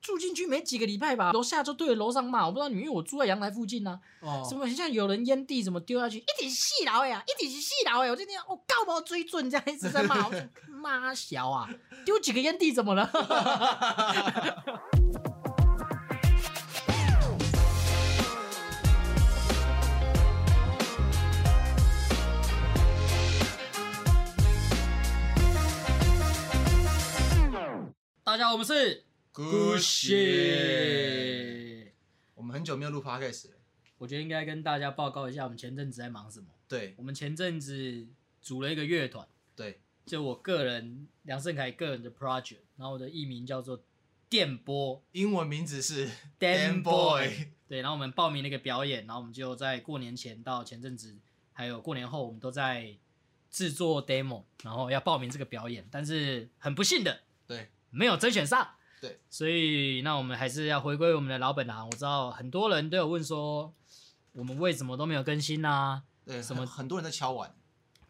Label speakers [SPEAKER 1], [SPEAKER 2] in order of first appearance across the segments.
[SPEAKER 1] 住进去没几个礼拜吧，楼下就对着楼上骂，我不知道你们，因为我住在阳台附近啊，
[SPEAKER 2] 哦，
[SPEAKER 1] 什么很像有人烟蒂什么丢下去，一直细老呀，一直细老呀，我就那样，我高毛追准这样一直在 骂，我就妈小啊，丢几个烟蒂怎么了？大家好，我们是
[SPEAKER 2] Good shit
[SPEAKER 1] 谢。
[SPEAKER 2] 我们很久没有录 podcast 了，
[SPEAKER 1] 我觉得应该跟大家报告一下，我们前阵子在忙什么。
[SPEAKER 2] 对
[SPEAKER 1] 我们前阵子组了一个乐团，
[SPEAKER 2] 对，
[SPEAKER 1] 就我个人梁胜凯个人的 project，然后我的艺名叫做电波
[SPEAKER 2] 英文名字是
[SPEAKER 1] Dan
[SPEAKER 2] Dan Boy
[SPEAKER 1] 对，然后我们报名了一个表演，然后我们就在过年前到前阵子，还有过年后，我们都在制作 demo，然后要报名这个表演，但是很不幸的
[SPEAKER 2] 对
[SPEAKER 1] 没有甄选上。
[SPEAKER 2] 对，
[SPEAKER 1] 所以那我们还是要回归我们的老本行。我知道很多人都有问说，我们为什么都没有更新啊？
[SPEAKER 2] 对，
[SPEAKER 1] 什么
[SPEAKER 2] 很很多人在敲碗，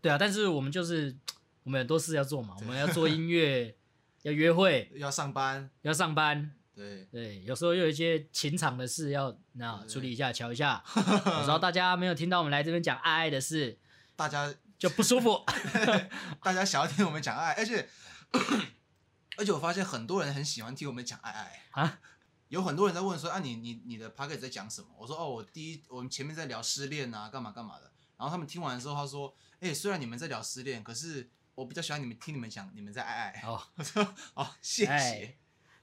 [SPEAKER 1] 对啊，但是我们就是我们很多事要做嘛，我们要做音乐， 要约会，
[SPEAKER 2] 要上班，
[SPEAKER 1] 要上班，
[SPEAKER 2] 对，
[SPEAKER 1] 对，有时候又有一些情场的事要那
[SPEAKER 2] 对
[SPEAKER 1] 处理一下、瞧一 下。我知道大家没有听到我们来这边讲爱爱的事
[SPEAKER 2] 大家
[SPEAKER 1] 就不舒服，
[SPEAKER 2] 大家想要听我们讲爱，而且 而且我发现很多人很喜欢听我们讲爱爱
[SPEAKER 1] 啊。
[SPEAKER 2] 有很多人在问说啊你，你你的 p o c k e t 在讲什么？我说哦，我第一我们前面在聊失恋啊，干嘛干嘛的。然后他们听完之后，他说，哎、虽然你们在聊失恋，可是我比较喜欢你们听你们讲你们在爱爱。
[SPEAKER 1] 哦，
[SPEAKER 2] 我说哦，谢
[SPEAKER 1] 哎
[SPEAKER 2] 谢。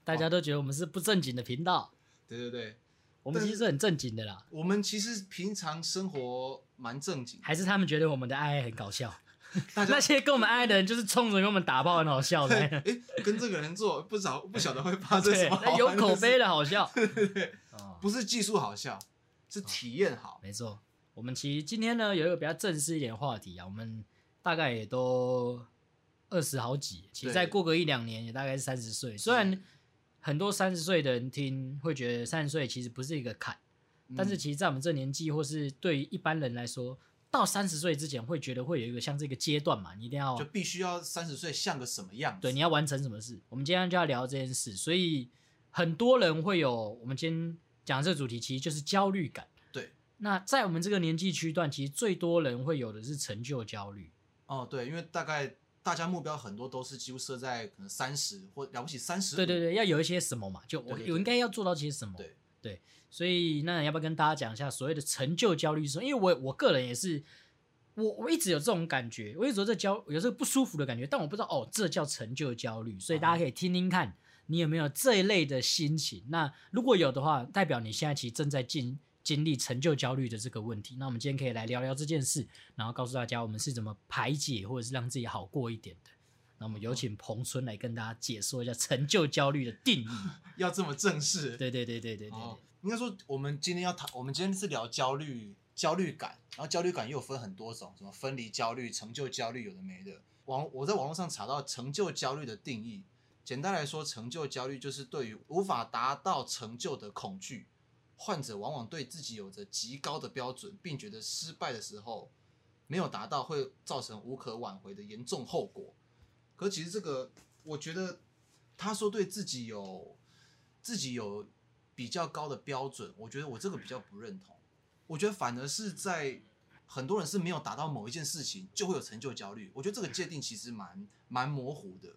[SPEAKER 1] 大家都觉得我们是不正经的频道，
[SPEAKER 2] 对对对，
[SPEAKER 1] 我们
[SPEAKER 2] 但
[SPEAKER 1] 其
[SPEAKER 2] 是
[SPEAKER 1] 实是很正经的啦，
[SPEAKER 2] 我们其实平常生活蛮正经的，
[SPEAKER 1] 还是他们觉得我们的爱爱很搞笑。
[SPEAKER 2] 大家
[SPEAKER 1] 那些跟我们爱爱的人就是冲着跟我们打爆很好笑的，
[SPEAKER 2] 哎、跟这个人做，不晓不晓得会发生
[SPEAKER 1] 对
[SPEAKER 2] 什么，
[SPEAKER 1] 那
[SPEAKER 2] 好
[SPEAKER 1] 有
[SPEAKER 2] 玩的
[SPEAKER 1] 口
[SPEAKER 2] 事
[SPEAKER 1] 碑的好 笑。哦
[SPEAKER 2] 不是技术好笑，是体验好。
[SPEAKER 1] 没错，我们其实今天呢有一个比较正式一点的话题啊，我们大概也都二十好几，其实
[SPEAKER 2] 对
[SPEAKER 1] 再过个一两年也大概是三十岁。虽然很多三十岁的人听会觉得三十岁其实不是一个坎，
[SPEAKER 2] 嗯
[SPEAKER 1] 但是其实，在我们这年纪或是对于一般人来说，到三十岁之前会觉得会有一个像这个阶段嘛，你一定要
[SPEAKER 2] 就必须要三十岁像个什么样子？
[SPEAKER 1] 哦对，你要完成什么事？我们今天就要聊这件事，所以很多人会有我们今天讲的这个主题，其实就是焦虑感。
[SPEAKER 2] 对，
[SPEAKER 1] 那在我们这个年纪区段，其实最多人会有的是成就焦虑。
[SPEAKER 2] 哦，对，因为大概大家目标很多都是几乎设在可能三十或了不起三十，
[SPEAKER 1] 对对对，要有一些什么嘛，就我
[SPEAKER 2] 对对对
[SPEAKER 1] 我应该要做到些什么。
[SPEAKER 2] 对
[SPEAKER 1] 所以那你要不要跟大家讲一下所谓的成就焦虑是什么？因为我我个人也是，我我一直有这种感觉，我一直有这焦有这个不舒服的感觉，但我不知道哦，这叫成就焦虑。所以大家可以听听看，你有没有这一类的心情？那如果有的话，代表你现在其实正在经经历成就焦虑的这个问题。那我们今天可以来聊聊这件事，然后告诉大家我们是怎么排解，或者是让自己好过一点的。那我们有请彭春来跟大家解说一下成就焦虑的定义。
[SPEAKER 2] 要这么正式。
[SPEAKER 1] 对对对对对对对
[SPEAKER 2] 哦，应该说我们今天要谈，我们今天是聊焦虑、焦虑感，然后焦虑感又有分很多种，什么分离焦虑、成就焦虑，有的没的。网我在网络上查到成就焦虑的定义，简单来说，成就焦虑就是对于无法达到成就的恐惧。患者往往对自己有着极高的标准，并觉得失败的时候没有达到会造成无可挽回的严重后果。可其实这个，我觉得他说对自己有自己有比较高的标准，我觉得我这个比较不认同。我觉得反而是在很多人是没有达到某一件事情就会有成就焦虑。我觉得这个界定其实蛮蛮模糊的。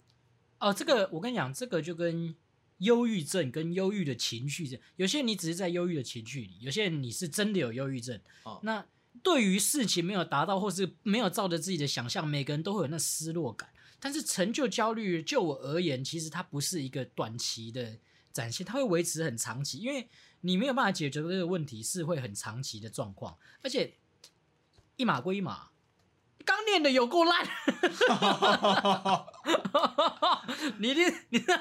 [SPEAKER 1] 哦，这个我跟你讲，这个就跟忧郁症跟忧郁的情绪症，有些人你只是在忧郁的情绪里，有些人你是真的有忧郁症。
[SPEAKER 2] 哦
[SPEAKER 1] 那对于事情没有达到，或是没有照着自己的想象，每个人都会有那失落感。但是成就焦虑，就我而言，其实它不是一个短期的展现，它会维持很长期，因为你没有办法解决这个问题，是会很长期的状况，而且一码归一码。刚练的有够烂， 你一定你这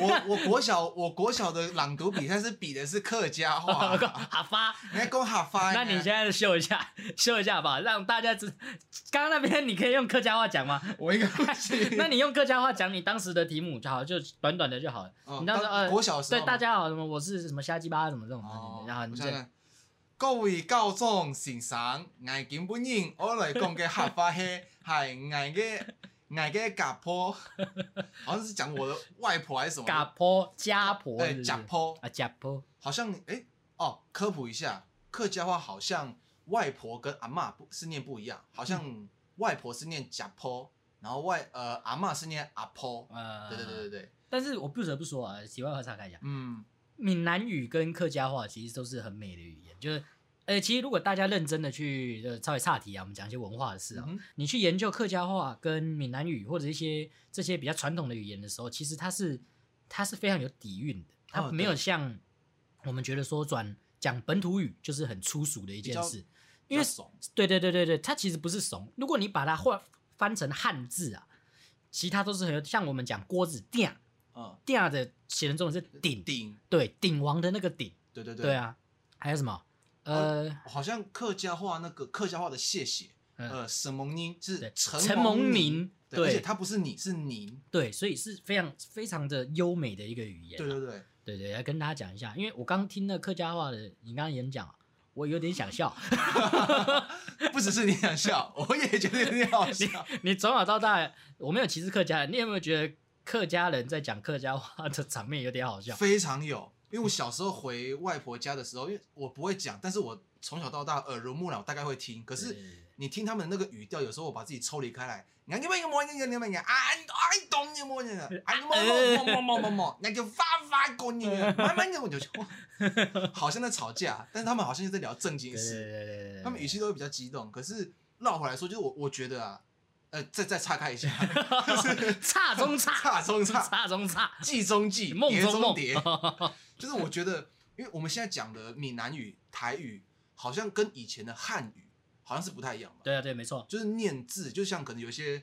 [SPEAKER 2] 我我国小我国小的朗读比赛是比的是客 家话，
[SPEAKER 1] 哈发，
[SPEAKER 2] 你还讲哈发呢？
[SPEAKER 1] 哦那你现在秀一下， 秀一下吧，让大家知。刚刚那边你可以用客家话讲吗？。
[SPEAKER 2] 我应该不行
[SPEAKER 1] 那你用客家话讲你当时的题目就好，就短短的就好了。
[SPEAKER 2] 哦
[SPEAKER 1] 你当时
[SPEAKER 2] 当
[SPEAKER 1] 呃，
[SPEAKER 2] 国小的时候
[SPEAKER 1] 对
[SPEAKER 2] 吗
[SPEAKER 1] 大家好，什么我是什么瞎鸡巴什么这种，
[SPEAKER 2] 哦，
[SPEAKER 1] 然后你
[SPEAKER 2] 我
[SPEAKER 1] 就
[SPEAKER 2] 想想，各位教 众先生，我今本人我来讲嘅客家话系我嘅奶给嘎坡，好像是讲我的外婆还是什么
[SPEAKER 1] 嘎坡家婆是
[SPEAKER 2] 哎
[SPEAKER 1] 不是，
[SPEAKER 2] 假坡，
[SPEAKER 1] 啊家婆，
[SPEAKER 2] 好像哎、哦，科普一下，客家话好像外婆跟阿嬷不是念不一样，好
[SPEAKER 1] 嗯
[SPEAKER 2] 像外婆是念假坡，然后外呃阿嬷是念阿坡，
[SPEAKER 1] 呃，
[SPEAKER 2] 对对对对对，
[SPEAKER 1] 但是我不得不说啊，题外话岔开一下，
[SPEAKER 2] 嗯，
[SPEAKER 1] 闽南语跟客家话其实都是很美的语言，就是。呃，其实如果大家认真的去呃稍微岔题啊，我们讲一些文化的事啊、
[SPEAKER 2] 嗯哼
[SPEAKER 1] 你去研究客家话跟闽南语或者一些这些比较传统的语言的时候，其实它是它是非常有底蕴的，它
[SPEAKER 2] 哦
[SPEAKER 1] 没有
[SPEAKER 2] 对
[SPEAKER 1] 像我们觉得说转讲本土语就是很粗俗的一件
[SPEAKER 2] 比较
[SPEAKER 1] 事，因为
[SPEAKER 2] 比较怂，
[SPEAKER 1] 对对对对对，它其实不是怂。如果你把它换翻成汉字啊，其他都是很有像我们讲锅子鼎
[SPEAKER 2] 嗯，
[SPEAKER 1] 鼎的写成中文是鼎，
[SPEAKER 2] 顶，
[SPEAKER 1] 对鼎王的那个鼎，
[SPEAKER 2] 对呃对对，哦
[SPEAKER 1] 对啊，还有什么？呃，
[SPEAKER 2] 好像客家话那个客家话的谢谢，
[SPEAKER 1] 嗯
[SPEAKER 2] 呃，沈蒙宁
[SPEAKER 1] 对
[SPEAKER 2] 是
[SPEAKER 1] 陈
[SPEAKER 2] 蒙
[SPEAKER 1] 蒙宁
[SPEAKER 2] 对，而
[SPEAKER 1] 对
[SPEAKER 2] 且他不是你是您，
[SPEAKER 1] 对，所以是非常非常的优美的一个语言啊、
[SPEAKER 2] 对对对，
[SPEAKER 1] 对对，来跟大家讲一下，因为我刚听了客家话的你刚刚演讲啊，我有点想笑。
[SPEAKER 2] 不只是你想笑，我也觉得有点好笑，
[SPEAKER 1] 你从小到大，我没有歧视客家人，你有没有觉得客家人在讲客家话的场面有点好笑？
[SPEAKER 2] 非常有。因为我小时候回外婆家的时候，因为我不会讲，但是我从小到大耳濡目染，我大概会听。可
[SPEAKER 1] 对对
[SPEAKER 2] 是
[SPEAKER 1] 对
[SPEAKER 2] 你听他们那个语调，有时候我把自己抽离开来，你看你们有摸你们呀，啊啊懂你摸你啊，你摸摸摸摸摸啊摸，那就发 发过你，慢慢的我就 好像在吵架，但是他们好像就在聊正经
[SPEAKER 1] 对对
[SPEAKER 2] 事。
[SPEAKER 1] 对对对对，
[SPEAKER 2] 他们语气都会比较激动。可是绕回来说，就是我我觉得啊，呃，再再岔开 一下，
[SPEAKER 1] 差中差，
[SPEAKER 2] 岔 中岔，
[SPEAKER 1] 差中差，
[SPEAKER 2] 计中计，
[SPEAKER 1] 梦
[SPEAKER 2] 叠
[SPEAKER 1] 中
[SPEAKER 2] 中
[SPEAKER 1] 梦
[SPEAKER 2] 叠，就是我觉得，因为我们现在讲的闽南语、台语，好像跟以前的汉语好像是不太一样吧？
[SPEAKER 1] 对啊对，没错，
[SPEAKER 2] 就是念字，就像可能有些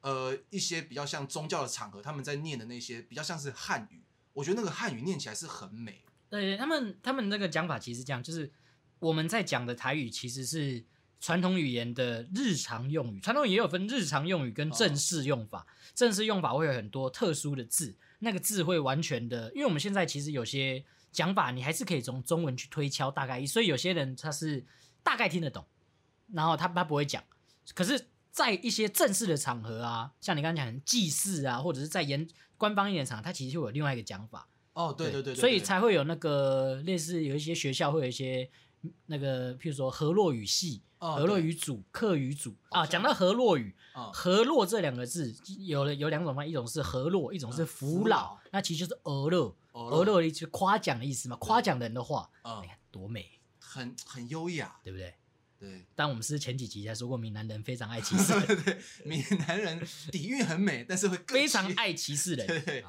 [SPEAKER 2] 呃一些比较像宗教的场合，他们在念的那些比较像是汉语，我觉得那个汉语念起来是很美。
[SPEAKER 1] 对他们他们那个讲法其实这样，就是我们在讲的台语其实是传统语言的日常用语，传统语也有分日常用语跟正式用法，正式用法会有很多特殊的字，那个字会完全的，因为我们现在其实有些讲法你还是可以从中文去推敲大概意，所以有些人他是大概听得懂，然后他他不会讲，可是。在一些正式的场合啊，像你刚才讲的祭祀啊，或者是在演官方一点的场合，它其实会有另外一个讲法。
[SPEAKER 2] 哦，对对对，对
[SPEAKER 1] 所以
[SPEAKER 2] 对
[SPEAKER 1] 才会有那个类似有一些学校会有一些嗯那个，譬如说河洛语系、
[SPEAKER 2] 哦
[SPEAKER 1] 河洛
[SPEAKER 2] 对
[SPEAKER 1] 语组、客语组啊。
[SPEAKER 2] 好像
[SPEAKER 1] 讲到河洛语，
[SPEAKER 2] 嗯
[SPEAKER 1] 河洛这两个字有了有两种翻译，一种是河洛，一种是
[SPEAKER 2] 嗯
[SPEAKER 1] 福
[SPEAKER 2] 福
[SPEAKER 1] 老
[SPEAKER 2] 老，
[SPEAKER 1] 那其实就是俄勒，
[SPEAKER 2] 俄勒
[SPEAKER 1] 俄勒就是夸奖的意思嘛，夸奖人的话，
[SPEAKER 2] 嗯
[SPEAKER 1] 你，看多美，
[SPEAKER 2] 很很优雅，
[SPEAKER 1] 对不对？
[SPEAKER 2] 对。，
[SPEAKER 1] 但我们是前几集才说过，闽南人非常爱歧视
[SPEAKER 2] 对对，闽南人底蕴很美，但是会更
[SPEAKER 1] 非常
[SPEAKER 2] 气
[SPEAKER 1] 爱歧视
[SPEAKER 2] 对
[SPEAKER 1] 人
[SPEAKER 2] 对
[SPEAKER 1] 啊。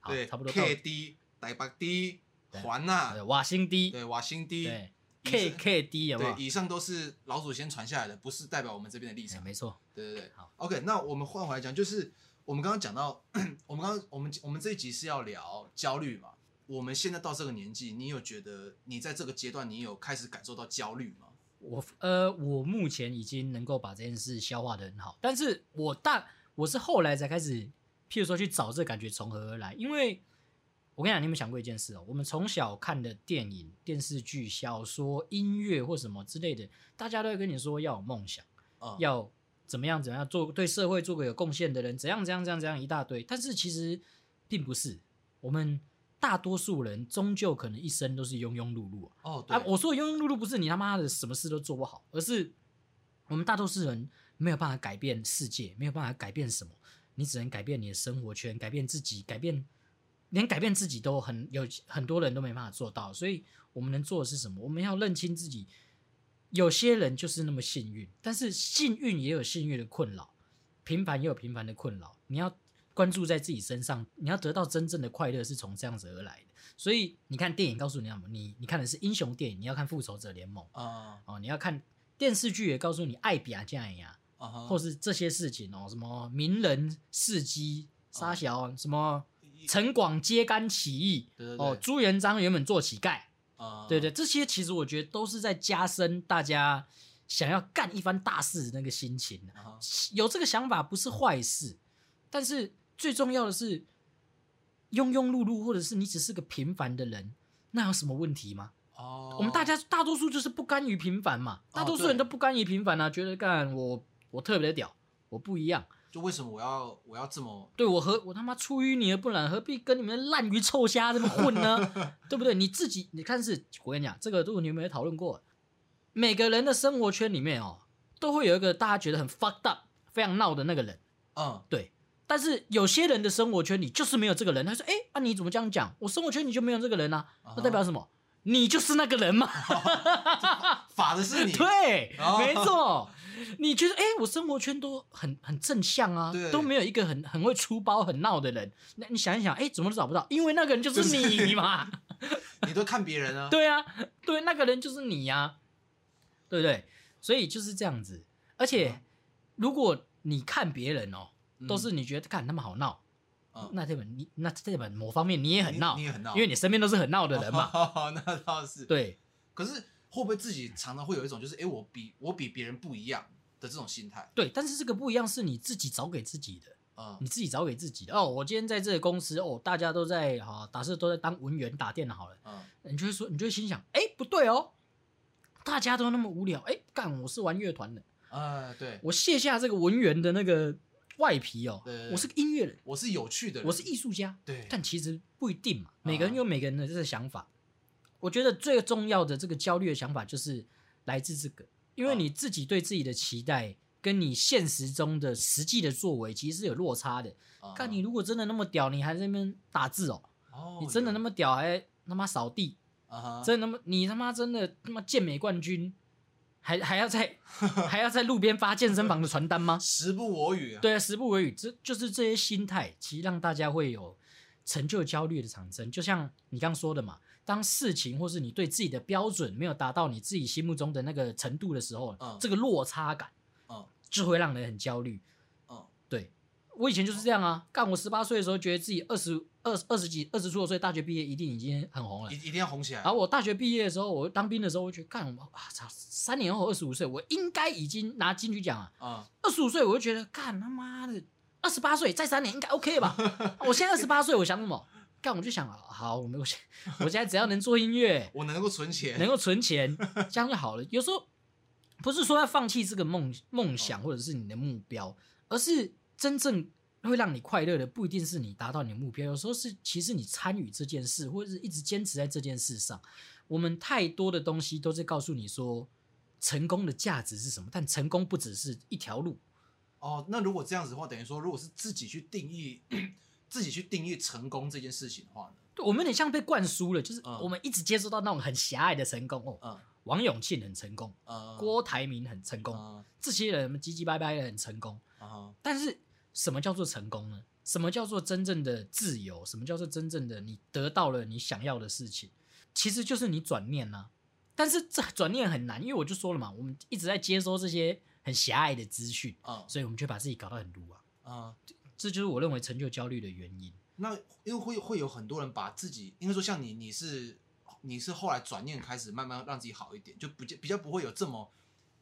[SPEAKER 1] 好
[SPEAKER 2] 对，
[SPEAKER 1] 差不多到
[SPEAKER 2] K D 台北 D
[SPEAKER 1] 对
[SPEAKER 2] 环呐
[SPEAKER 1] 对，瓦辛迪，
[SPEAKER 2] 对瓦辛 D，
[SPEAKER 1] 对 K K D 有没有
[SPEAKER 2] 对，？，E 以上都是老祖先传下来的，不是代表我们这边的立
[SPEAKER 1] 哎
[SPEAKER 2] 场。
[SPEAKER 1] 没错，
[SPEAKER 2] 对对对
[SPEAKER 1] 好
[SPEAKER 2] ，OK，那我们换回来讲，就是我们刚刚讲到， 我们刚刚我们我们这一集是要聊焦虑嘛？我们现在到这个年纪，你有觉得你在这个阶段，你有开始感受到焦虑吗？
[SPEAKER 1] 我呃，我目前已经能够把这件事消化的很好，但是我大我是后来才开始，譬如说去找这感觉从何而来，因为我跟你讲，你有没有想过一件事哦？我们从小看的电影、电视剧、小说、音乐或什么之类的，大家都会跟你说要有梦想，
[SPEAKER 2] 嗯，
[SPEAKER 1] 要怎么样怎么样做，对社会做个有贡献的人，怎样怎样怎样怎样一大堆，但是其实并不是，我们大多数人终究可能一生都是庸庸碌碌啊、
[SPEAKER 2] 哦，对，
[SPEAKER 1] 啊，我说的庸庸碌碌不是你他妈的什么事都做不好，而是我们大多数人没有办法改变世界，没有办法改变什么，你只能改变你的生活圈，改变自己，改变连改变自己都很有很多人都没办法做到，所以我们能做的是什么？我们要认清自己，有些人就是那么幸运，但是幸运也有幸运的困扰，平凡也有平凡的困扰，你要。关注在自己身上，你要得到真正的快乐是从这样子而来的。所以你看电影告诉你什么？你你看的是英雄电影，你要看《复仇者联盟》
[SPEAKER 2] 啊
[SPEAKER 1] 哦，你要看电视剧也告诉你爱比亚加呀，
[SPEAKER 2] 啊哈，
[SPEAKER 1] 或是这些事情哦，什么名人事迹、沙小什么陈广揭竿起义
[SPEAKER 2] 哦对对对
[SPEAKER 1] 哦，朱元璋原本做乞丐，
[SPEAKER 2] 啊，
[SPEAKER 1] 对对，这些其实我觉得都是在加深大家想要干一番大事的那个心情啊
[SPEAKER 2] 啊哈，
[SPEAKER 1] 有这个想法不是坏事，但是最重要的是，庸庸碌碌或者是你只是个平凡的人，那有什么问题吗？
[SPEAKER 2] 哦，
[SPEAKER 1] 我们大家大多数就是不甘于平凡嘛，大多数人
[SPEAKER 2] 对
[SPEAKER 1] 都不甘于平凡啊，觉得干我我特别屌，我不一样，
[SPEAKER 2] 就就为什么我要我要这么
[SPEAKER 1] 对我何我他妈出淤泥而不染，何必跟你们的烂鱼臭虾这么混呢？ 对不对？你自己你看是，我跟你讲，这个问题有没有讨论过？每个人的生活圈里面哦，都会有一个大家觉得很 fucked up、非常闹的那个人。
[SPEAKER 2] 嗯
[SPEAKER 1] 对，但是有些人的生活圈里就是没有这个人。他说：“哎、啊你怎么这样讲？我生活圈里就没有这个人啊，
[SPEAKER 2] 啊哈
[SPEAKER 1] 那代表什么？你就是那个人 嘛。
[SPEAKER 2] 法的是 你
[SPEAKER 1] 对，
[SPEAKER 2] 哦
[SPEAKER 1] 没错。你觉得哎、诶我生活圈都很很正向啊
[SPEAKER 2] 对，
[SPEAKER 1] 都没有一个很很会出包、很闹的人。那你想一想，哎、怎么都找不到？因为那个人就是
[SPEAKER 2] 就是
[SPEAKER 1] 你嘛。
[SPEAKER 2] 你都看别人啊，
[SPEAKER 1] 对啊，对，那个人就是你呀、对不对？所以就是这样子。而
[SPEAKER 2] 哦
[SPEAKER 1] 且，如果你看别人哦，
[SPEAKER 2] 嗯
[SPEAKER 1] 都是你觉得看他们好闹，
[SPEAKER 2] 嗯
[SPEAKER 1] 那代表你那代表某方面你也很闹
[SPEAKER 2] 你，你也很闹，哦
[SPEAKER 1] 因为你身边都是很闹的人 嘛。
[SPEAKER 2] 那倒是。
[SPEAKER 1] 对，
[SPEAKER 2] 可是会不会自己常常会有一种就是，哎、我比我比别人不一样的这种心态？
[SPEAKER 1] 对，但是这个不一样，是你自己找给自己的。
[SPEAKER 2] 嗯
[SPEAKER 1] 你自己找给自己的哦。我今天在这个公司哦，大家都在啊，打字都在当文员打电脑好了，
[SPEAKER 2] 嗯，
[SPEAKER 1] 你就会说，你就会心想，哎、不对哦，大家都那么无聊，哎、干，我是玩乐团的，
[SPEAKER 2] 呃，对，
[SPEAKER 1] 我卸下这个文员的那个外皮哦
[SPEAKER 2] 对对，对
[SPEAKER 1] 我是个音乐人，
[SPEAKER 2] 我是有趣的人，
[SPEAKER 1] 我是艺术家，
[SPEAKER 2] 对，
[SPEAKER 1] 但其实不一定嘛，每个
[SPEAKER 2] 啊
[SPEAKER 1] 人有每个人的这个想法。我觉得最重要的这个焦虑的想法就是来自这个，因为
[SPEAKER 2] 啊
[SPEAKER 1] 你自己对自己的期待跟你现实中的实际的作为其实是有落差的。
[SPEAKER 2] 嗯
[SPEAKER 1] 看你，如果真的那么屌，你还在那边打字哦，
[SPEAKER 2] 哦
[SPEAKER 1] 你真的那么屌还他妈扫地，
[SPEAKER 2] 啊哈，
[SPEAKER 1] 真的那么你他妈真的他妈健美冠军，还还要在 还要在路边发健身房的传单吗？
[SPEAKER 2] 时不我与啊，
[SPEAKER 1] 对啊，时不我与，这就是这些心态，其实让大家会有成就焦虑的产生。就像你刚说的嘛，当事情或是你对自己的标准没有达到你自己心目中的那个程度的时候，
[SPEAKER 2] 嗯
[SPEAKER 1] 这个落差感
[SPEAKER 2] 嗯
[SPEAKER 1] 就会让人很焦虑。
[SPEAKER 2] 嗯
[SPEAKER 1] 对我以前就是这样啊，干我十八岁的时候，觉得自己二十二二十几二十出头岁，大学毕业一定已经很红了
[SPEAKER 2] 一。一定要红起来。
[SPEAKER 1] 然后我大学毕业的时候，我当兵的时候，我就觉得干我啊操，三年后二十五岁，我应该已经拿金曲奖啊。
[SPEAKER 2] 嗯，
[SPEAKER 1] 二十五岁我就觉得干他妈的，二十八岁再三年应该 OK 吧？我现在二十八岁，我想什么？干我就想啊好，我们我现我现在只要能做音乐，
[SPEAKER 2] 我能够存钱，
[SPEAKER 1] 能够存钱，这样就好了。有时候不是说要放弃这个梦梦想或者是你的目标，而是真正会让你快乐的，不一定是你达到你的目标，有时候是其实你参与这件事，或者是一直坚持在这件事上。我们太多的东西都在告诉你说，成功的价值是什么，但成功不只是一条路。
[SPEAKER 2] 哦，那如果这样子的话，等于说，如果是自己去定义， 自己去定义成功这件事情的话呢，
[SPEAKER 1] 对我们有点像被灌输了，就是
[SPEAKER 2] 嗯
[SPEAKER 1] 我们一直接受到那种很狭隘的成功哦，
[SPEAKER 2] 嗯
[SPEAKER 1] 王永庆很成功，
[SPEAKER 2] 嗯，
[SPEAKER 1] 郭台铭很成功，
[SPEAKER 2] 嗯
[SPEAKER 1] 这些人唧唧拜拜的很成功。
[SPEAKER 2] 嗯哼
[SPEAKER 1] 但是什么叫做成功呢？什么叫做真正的自由？什么叫做真正的你得到了你想要的事情？其实就是你转念呐、但是这转念很难，因为我就说了嘛，我们一直在接收这些很狭隘的资讯，
[SPEAKER 2] 嗯
[SPEAKER 1] 所以我们就把自己搞得很鲁啊。
[SPEAKER 2] 嗯，
[SPEAKER 1] 这就是我认为成就焦虑的原因。
[SPEAKER 2] 那因为会会有很多人把自己，应该说像你，你是你是后来转念开始慢慢让自己好一点，就比较比较不会有这么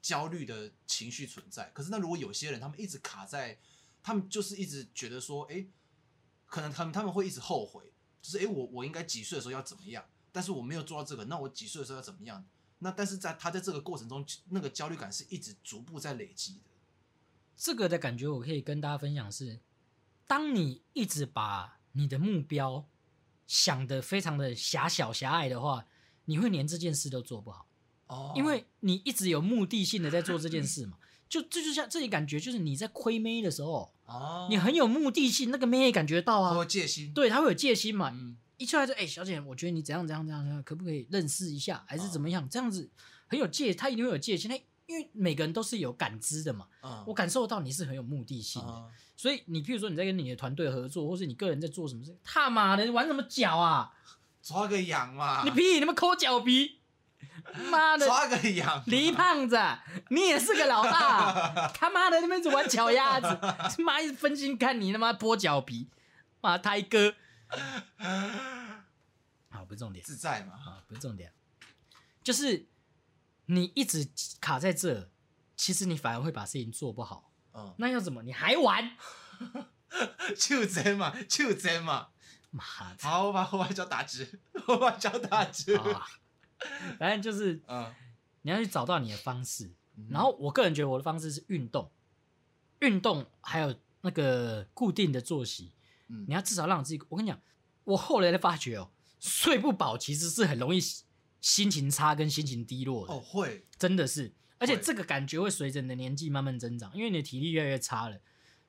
[SPEAKER 2] 焦虑的情绪存在。可是那如果有些人他们一直卡在，他们就是一直觉得说，哎、可能他们他们会一直后悔，就是哎、诶我我应该几岁的时候要怎么样，但是我没有做到这个，那我几岁的时候要怎么样？那但是在他在这个过程中，那个焦虑感是一直逐步在累积的。
[SPEAKER 1] 这个的感觉，我可以跟大家分享是，当你一直把你的目标想得非常的狭小狭隘的话，你会连这件事都做不好，
[SPEAKER 2] 哦
[SPEAKER 1] 因为你一直有目的性的在做这件事嘛。就这就像这里感觉就是你在亏妹的时候，
[SPEAKER 2] 哦，
[SPEAKER 1] 你很有目的性，那个妹也感觉到
[SPEAKER 2] 会
[SPEAKER 1] 啊
[SPEAKER 2] 有，戒心，，
[SPEAKER 1] 对，她会有戒心嘛。
[SPEAKER 2] 嗯，
[SPEAKER 1] 一出来就哎、小姐，我觉得你怎样怎样怎样怎样，可不可以认识一下，还是怎么样？这样子很有戒，她一定会有戒心。她哎因为每个人都是有感知的嘛，
[SPEAKER 2] 嗯
[SPEAKER 1] 我感受到你是很有目的性的。
[SPEAKER 2] 嗯
[SPEAKER 1] 所以你譬如说你在跟你的团队合作，或是你个人在做什么事，他妈的玩什么脚啊？
[SPEAKER 2] 抓个痒嘛，
[SPEAKER 1] 你屁，你们抠脚皮！妈的，
[SPEAKER 2] 抓个痒，
[SPEAKER 1] 黎胖子，你也是个老大，他妈的那边一直玩脚丫子，他妈一直分心看你他妈剥脚皮，妈胎哥，好不是重点
[SPEAKER 2] 自在嘛。
[SPEAKER 1] 啊，不是重点，就是你一直卡在这，其实你反而会把事情做不好。
[SPEAKER 2] 嗯，
[SPEAKER 1] 那要怎么？你还玩？
[SPEAKER 2] 就这嘛，就这嘛。
[SPEAKER 1] 妈的！
[SPEAKER 2] 好，我把我把脚打直， 我把脚打直。
[SPEAKER 1] 啊， 反正就是
[SPEAKER 2] 嗯，
[SPEAKER 1] 你要去找到你的方式。然后我个人觉得我的方式是运动，运动还有那那个固定的作息，
[SPEAKER 2] 嗯
[SPEAKER 1] 你要至少让自己。我跟你讲，我后来才发觉哦，睡不饱其实是很容易心情差跟心情低落的，
[SPEAKER 2] 哦会，
[SPEAKER 1] 真的是。而且
[SPEAKER 2] 会
[SPEAKER 1] 这个感觉会随着你的年纪慢慢增长，因为你的体力越来越差了。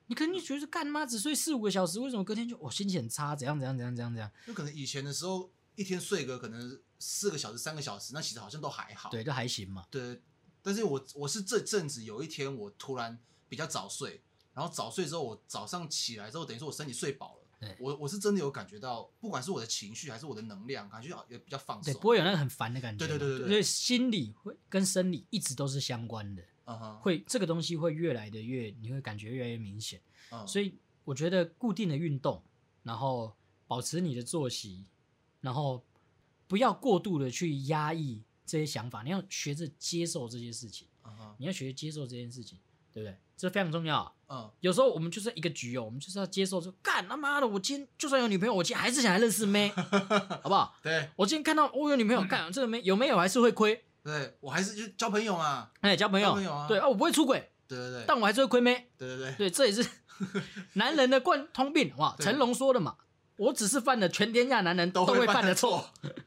[SPEAKER 1] 你可能就觉得干妈只睡四五个小时，为什么隔天就我、哦、心情很差？怎样怎样怎样怎样怎样？
[SPEAKER 2] 就可能以前的时候一天睡个可能四个小时、三个小时，那其实好像都还好。
[SPEAKER 1] 对，就还行嘛。
[SPEAKER 2] 对，但是我我是这阵子有一天我突然比较早睡，然后早睡之后我早上起来之后，等于说我身体睡饱了
[SPEAKER 1] 对，
[SPEAKER 2] 我我是真的有感觉到，不管是我的情绪还是我的能量，感觉好也比较放
[SPEAKER 1] 对，
[SPEAKER 2] 松。
[SPEAKER 1] 不会有那个很烦的感觉嘛。
[SPEAKER 2] 对对对对对
[SPEAKER 1] 所以心理会跟生理一直都是相关的，
[SPEAKER 2] 嗯哼，
[SPEAKER 1] 会这个东西会越来的越，你会感觉越来越明显。
[SPEAKER 2] 嗯，
[SPEAKER 1] 所
[SPEAKER 2] 以
[SPEAKER 1] 以我觉得固定的运动，然后保持你的作息，然后不要过度的去压抑这些想法，你要学着接受这些事情，
[SPEAKER 2] 嗯哼
[SPEAKER 1] 你要学着接受这件事情，对不对？这非常重要啊、
[SPEAKER 2] 嗯，
[SPEAKER 1] 有时候我们就是一个局哦，我们就是要接受说，干他妈的，我今天就算有女朋友，我今天还是想来认识妹， 好不好？
[SPEAKER 2] 对
[SPEAKER 1] 我今天看到我有女朋
[SPEAKER 2] 嗯
[SPEAKER 1] 友，干这个没有没有还是会亏，
[SPEAKER 2] 对，我还是就交朋友嘛，
[SPEAKER 1] 哎，交朋友，
[SPEAKER 2] 交朋友啊
[SPEAKER 1] 对啊，我不会出轨，
[SPEAKER 2] 对对对，
[SPEAKER 1] 但我还是会亏妹，
[SPEAKER 2] 对对对，
[SPEAKER 1] 对，这也 是男人的贯通病，哇，
[SPEAKER 2] 对
[SPEAKER 1] 成龙说的嘛，我只是犯了全天下男人都
[SPEAKER 2] 会
[SPEAKER 1] 会犯
[SPEAKER 2] 的
[SPEAKER 1] 的错，，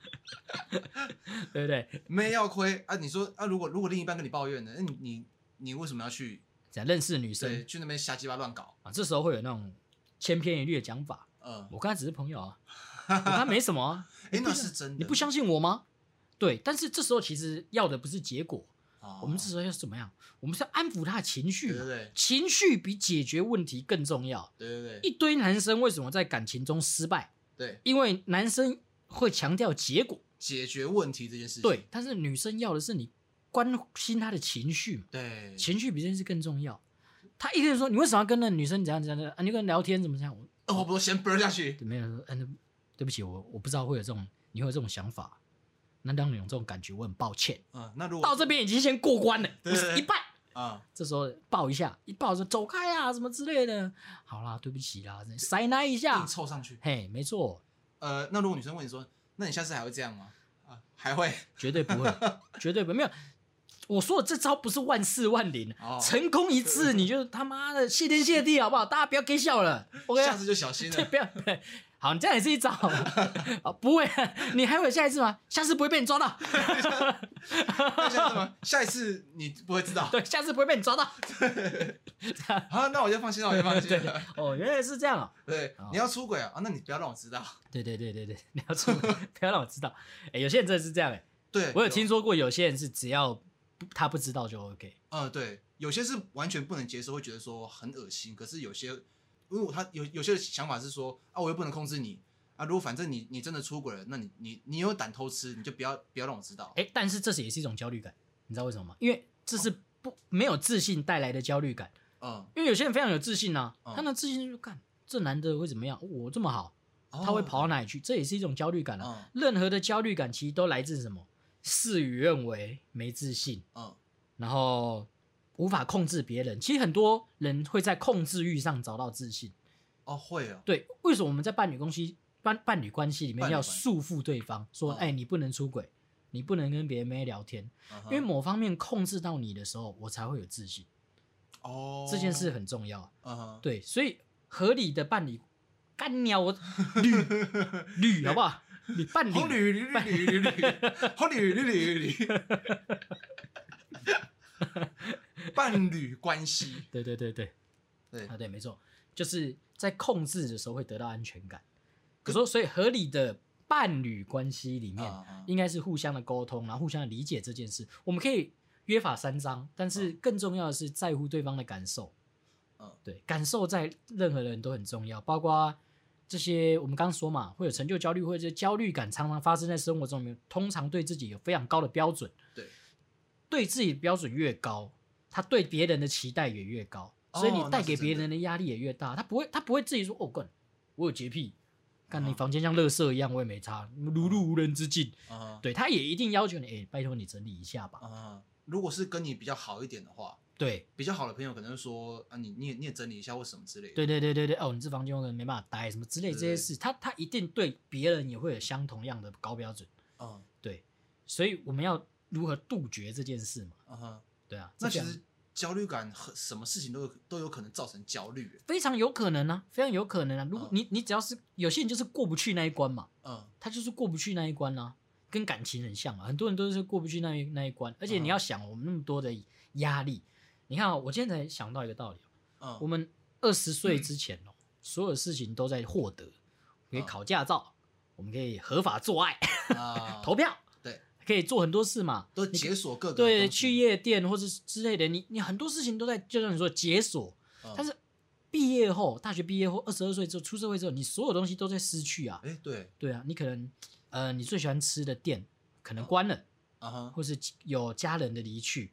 [SPEAKER 1] 对不对？
[SPEAKER 2] 没要亏啊！你说啊，如果如果另一半跟你抱怨呢，那你你你为什么要去
[SPEAKER 1] 想认识女
[SPEAKER 2] 对
[SPEAKER 1] 生
[SPEAKER 2] 去那边瞎鸡巴乱搞？
[SPEAKER 1] 啊，这时候会有那种千篇一律的讲法，
[SPEAKER 2] 嗯，
[SPEAKER 1] 我跟他只是朋友啊，我跟他没什么 啊，
[SPEAKER 2] 哎，
[SPEAKER 1] 不
[SPEAKER 2] 那
[SPEAKER 1] 相
[SPEAKER 2] 是真的，
[SPEAKER 1] 你不相信我吗？对，但是这时候其实要的不是结果，
[SPEAKER 2] 哦，
[SPEAKER 1] 我们这时候要怎么样？我们是要安抚他的情绪
[SPEAKER 2] 对
[SPEAKER 1] 嘛，
[SPEAKER 2] 对对
[SPEAKER 1] 情绪比解决问题更重要。
[SPEAKER 2] 对对对
[SPEAKER 1] 一堆男生为什么在感情中失败？
[SPEAKER 2] 对，
[SPEAKER 1] 因为男生会强调结果，
[SPEAKER 2] 解决问题这件事情，
[SPEAKER 1] 对，但是女生要的是你关心她的情绪嘛，
[SPEAKER 2] 对，
[SPEAKER 1] 情绪比这件事更重要。他一个人说你为什么要跟那女生怎样怎样怎样啊？你跟人聊天怎么怎样？我
[SPEAKER 2] 哦，我不先 burn 下去，
[SPEAKER 1] 没有说，嗯、那对不起，我我不知道会有这种，你会有这种想法。那当你有这种感觉，我很抱歉。
[SPEAKER 2] 嗯，那如
[SPEAKER 1] 到
[SPEAKER 2] 果
[SPEAKER 1] 这边已经先过关了，
[SPEAKER 2] 对对对
[SPEAKER 1] 一半。
[SPEAKER 2] 啊，
[SPEAKER 1] 这时候抱一下，一抱说走开啊，什么之类的。好啦，对不起啦，塞奶一
[SPEAKER 2] 硬
[SPEAKER 1] 下。
[SPEAKER 2] 凑上去，
[SPEAKER 1] 嘿，没错，
[SPEAKER 2] 呃，那如果女生问你说，那你下次还会这样吗？啊，还会，
[SPEAKER 1] 绝对不会，绝对不会没有。我说的这招不是万试万灵，
[SPEAKER 2] 哦
[SPEAKER 1] 成功一次你就他妈的谢天谢地，好不好？大家不要给笑了，OK？
[SPEAKER 2] 下次就小 心
[SPEAKER 1] 对，啊
[SPEAKER 2] 了，
[SPEAKER 1] 不要，不要好，你这样也是一招啊！不会，你还会有下一次吗？下次不会被你抓到，
[SPEAKER 2] 那下次吗？下一次你不会知道，
[SPEAKER 1] 对，下次不会被你抓到。
[SPEAKER 2] 好，啊那我就放心了，我就放心了，
[SPEAKER 1] 哦，原来是这样哦。
[SPEAKER 2] 对
[SPEAKER 1] 哦，
[SPEAKER 2] 你要出轨啊，啊那你不要让我知道，
[SPEAKER 1] 对对对对对，你要出，不要让我知道。哎，有些人真的是这样哎，
[SPEAKER 2] 对，
[SPEAKER 1] 我有听，说过，有些人是只要不他不知道就 OK。
[SPEAKER 2] 嗯，对，有些是完全不能接受，会觉得说很恶心，可是有些，因为我他有有些想法是说，啊，我又不能控制你。啊，如果反正你你真的出轨了，那你你你有胆偷吃，你就不要不要让我知道。
[SPEAKER 1] 哎、但是这是也是一种焦虑感，你知道为什么吗？因为这是不没有自信带来的焦虑感。
[SPEAKER 2] 嗯，
[SPEAKER 1] 因为有些人非常有自信啊，
[SPEAKER 2] 嗯
[SPEAKER 1] 他的自信就看这男的会怎么样，我这么好，他会
[SPEAKER 2] 哦
[SPEAKER 1] 跑到哪里去？这也是一种焦虑感啊。
[SPEAKER 2] 嗯
[SPEAKER 1] 任何的焦虑感其实都来自什么？事与愿违，没自信，
[SPEAKER 2] 嗯
[SPEAKER 1] 然后无法控制别人。其实很多人会在控制欲上找到自信。
[SPEAKER 2] 哦，会哦，
[SPEAKER 1] 对，为什么我们在伴侣关系伴伴侣关系里
[SPEAKER 2] 伴
[SPEAKER 1] 面
[SPEAKER 2] 侣
[SPEAKER 1] 要
[SPEAKER 2] 关系
[SPEAKER 1] 束缚对方，说
[SPEAKER 2] 嗯
[SPEAKER 1] 哎、你不能出轨，你不能跟别人没聊天，
[SPEAKER 2] 嗯
[SPEAKER 1] 因
[SPEAKER 2] 哼
[SPEAKER 1] 为某方面控制到你的时候，我才会有自信。
[SPEAKER 2] 哦
[SPEAKER 1] 这件事，很重要，啊
[SPEAKER 2] 嗯哼，
[SPEAKER 1] 对，所以合理的伴侣，干鸟我捋捋好不好？你伴
[SPEAKER 2] 红
[SPEAKER 1] 侣
[SPEAKER 2] 绿绿绿绿绿绿，红绿绿绿绿绿，伴侣关系，
[SPEAKER 1] 对对对对
[SPEAKER 2] 对
[SPEAKER 1] 啊，对，没错，就是在控制的时候会得到安全感。可说，所以合理的伴侣关系里面，
[SPEAKER 2] 啊，
[SPEAKER 1] 应该是互相的沟通，然后互相的理解这件事。我们可以约法三章，但
[SPEAKER 2] 啊
[SPEAKER 1] 是更重要的是在乎对方的感受。
[SPEAKER 2] 嗯
[SPEAKER 1] 对，感受在任何人都很重要，包括这些我们刚刚说嘛，会有成就焦虑或者是焦虑感，常常发生在生活中，里面，通常对自己有非常高的标准。
[SPEAKER 2] 对，
[SPEAKER 1] 对自己的标准越高，他对别人的期待也越高，所以
[SPEAKER 2] 哦
[SPEAKER 1] 你带
[SPEAKER 2] 那是
[SPEAKER 1] 给
[SPEAKER 2] 真
[SPEAKER 1] 别
[SPEAKER 2] 的
[SPEAKER 1] 人的压力也越大。他不会，他不会自己说哦，干，我有洁癖。干你
[SPEAKER 2] 嗯
[SPEAKER 1] 房间像垃圾一样，我也没擦，如入无人之境。
[SPEAKER 2] 嗯
[SPEAKER 1] 对，他也一定要求你，哎、拜托你整理一下吧。
[SPEAKER 2] 嗯，如果是跟你比较好一点的话，
[SPEAKER 1] 对，
[SPEAKER 2] 比较好的朋友可能会说啊，你你也你也整理一下或什么之类的，
[SPEAKER 1] 对对对对对，哦，你这房间我可能没办法待，什么之类这些
[SPEAKER 2] 对
[SPEAKER 1] 事，他他一定对别人也会有相同样的高标准。
[SPEAKER 2] 嗯
[SPEAKER 1] 对，所以我们要如何杜绝这件事嘛？
[SPEAKER 2] 嗯哼，
[SPEAKER 1] 对啊，
[SPEAKER 2] 那
[SPEAKER 1] 这
[SPEAKER 2] 其
[SPEAKER 1] 样
[SPEAKER 2] 实焦虑感很什么事情都有都有可能造成焦虑。欸
[SPEAKER 1] 非常有可能啊，非常有可能啊。如果
[SPEAKER 2] 嗯
[SPEAKER 1] 你你只要是有些人就是过不去那一关嘛，
[SPEAKER 2] 嗯，
[SPEAKER 1] 他就是过不去那一关啦、啊跟感情很像嘛，啊很多人都是过不去那一那一关。而且你
[SPEAKER 2] 嗯
[SPEAKER 1] 要想，我们那么多的压力，你看、哦，我今天才想到一个道理哦，
[SPEAKER 2] 嗯
[SPEAKER 1] 我们二十岁之前哦，所有事情都在获得，可以
[SPEAKER 2] 嗯
[SPEAKER 1] 考驾照，我们可以合法做爱、
[SPEAKER 2] 啊，
[SPEAKER 1] 投票，
[SPEAKER 2] 对，
[SPEAKER 1] 可以做很多事嘛，
[SPEAKER 2] 都解锁各个
[SPEAKER 1] 对，
[SPEAKER 2] 东西
[SPEAKER 1] 去，夜店或者是之类的，你你很多事情都在，就像你说解锁，
[SPEAKER 2] 嗯
[SPEAKER 1] 但是毕业后，大学毕业后，二十二岁之后出社会之后，你所有东西都在失去啊。
[SPEAKER 2] 哎，对，
[SPEAKER 1] 对啊，你可能呃，你最喜欢吃的店可能关了，
[SPEAKER 2] 啊哈，
[SPEAKER 1] 或是有家人的离去，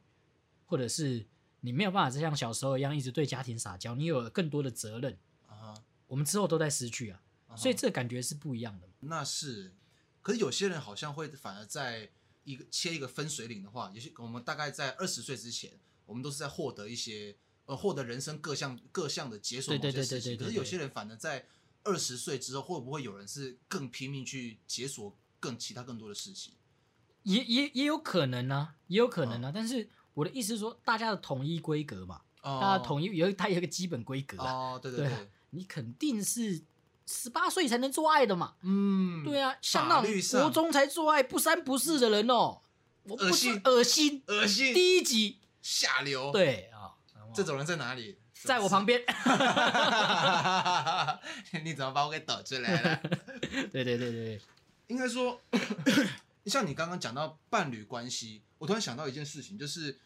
[SPEAKER 1] 或者是你没有办法再像小时候一样一直对家庭撒娇，你有更多的责任。
[SPEAKER 2] 啊哈
[SPEAKER 1] 我们之后都在失去啊，
[SPEAKER 2] 啊哈，
[SPEAKER 1] 所以这感觉是不一样的。
[SPEAKER 2] 那是，可是有些人好像会反而在一个切一个分水岭的话，也许我们大概在二十岁之前，我们都是在获得一些呃获得人生各项各项的解锁
[SPEAKER 1] 对
[SPEAKER 2] 某
[SPEAKER 1] 对
[SPEAKER 2] 些
[SPEAKER 1] 对
[SPEAKER 2] 事
[SPEAKER 1] 对对
[SPEAKER 2] 情。可
[SPEAKER 1] 对
[SPEAKER 2] 是有
[SPEAKER 1] 对
[SPEAKER 2] 些人反而在二十岁之后，会不会有人是更拼命去解锁更其他更多的事情？
[SPEAKER 1] 也也也有可能啊，也有可
[SPEAKER 2] 嗯
[SPEAKER 1] 能啊。但是我的意思是说，大家的统一规格嘛，
[SPEAKER 2] 哦
[SPEAKER 1] 大家统一有它有一个基本规格啊，
[SPEAKER 2] 哦，对对
[SPEAKER 1] 对啊
[SPEAKER 2] 对，
[SPEAKER 1] 你肯定是十八岁才能做爱的嘛。
[SPEAKER 2] 嗯，
[SPEAKER 1] 对
[SPEAKER 2] 啊，
[SPEAKER 1] 啊，像
[SPEAKER 2] 法
[SPEAKER 1] 那种
[SPEAKER 2] 律上
[SPEAKER 1] 国中才做爱不三不四的人哦，我不
[SPEAKER 2] 恶
[SPEAKER 1] 是
[SPEAKER 2] 心
[SPEAKER 1] 恶心。
[SPEAKER 2] 恶心，
[SPEAKER 1] 第一集，
[SPEAKER 2] 下流，，
[SPEAKER 1] 对啊，
[SPEAKER 2] 这种人在哪里？
[SPEAKER 1] 在我旁边，
[SPEAKER 2] 边， 你怎么把我给抖出来了？
[SPEAKER 1] 对对对对对，
[SPEAKER 2] 应该说， 像你刚刚讲到伴侣关系，我突然想到一件事情，就是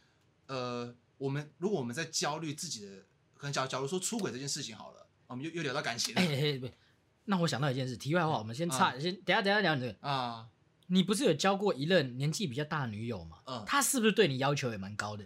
[SPEAKER 2] 呃，我们如果我们在焦虑自己的，可能假如假如说出轨这件事情好了，我们又又聊到感情了、
[SPEAKER 1] 哎哎不，那我想到一件事，题外话，我们先
[SPEAKER 2] 嗯
[SPEAKER 1] 岔，先等一下等一下聊你这个，
[SPEAKER 2] 啊，
[SPEAKER 1] 你不是有交过一任年纪比较大的女友吗？
[SPEAKER 2] 嗯
[SPEAKER 1] 她是不是对你要求也蛮高的？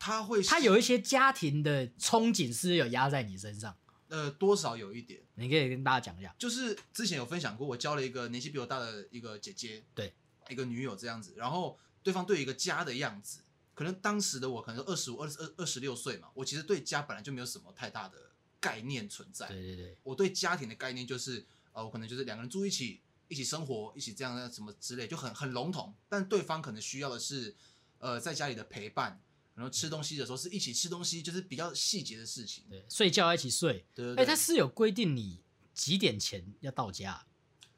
[SPEAKER 2] 他会
[SPEAKER 1] 她有一些家庭的憧憬是不是有压在你身上，
[SPEAKER 2] 呃多少有一点，
[SPEAKER 1] 你可以跟大家讲一下。
[SPEAKER 2] 就是之前有分享过，我交了一个年纪比我大的一个姐姐，
[SPEAKER 1] 对，
[SPEAKER 2] 一个女友这样子，然后对方对一个家的样子，可能当时的我可能二十五、二十二、二十六岁嘛，我其实对家本来就没有什么太大的概念存在，
[SPEAKER 1] 对对对，
[SPEAKER 2] 我对家庭的概念就是，呃，我可能就是两个人住一起，一起生活，一起这样的什么之类，就很很笼统。但对方可能需要的是，呃，在家里的陪伴，然后吃东西的时候是一起吃东西，就是比较细节的事情。
[SPEAKER 1] 对，睡觉要一起睡。
[SPEAKER 2] 对对
[SPEAKER 1] 哎，
[SPEAKER 2] 对，
[SPEAKER 1] 她是有规定你几点前要到家？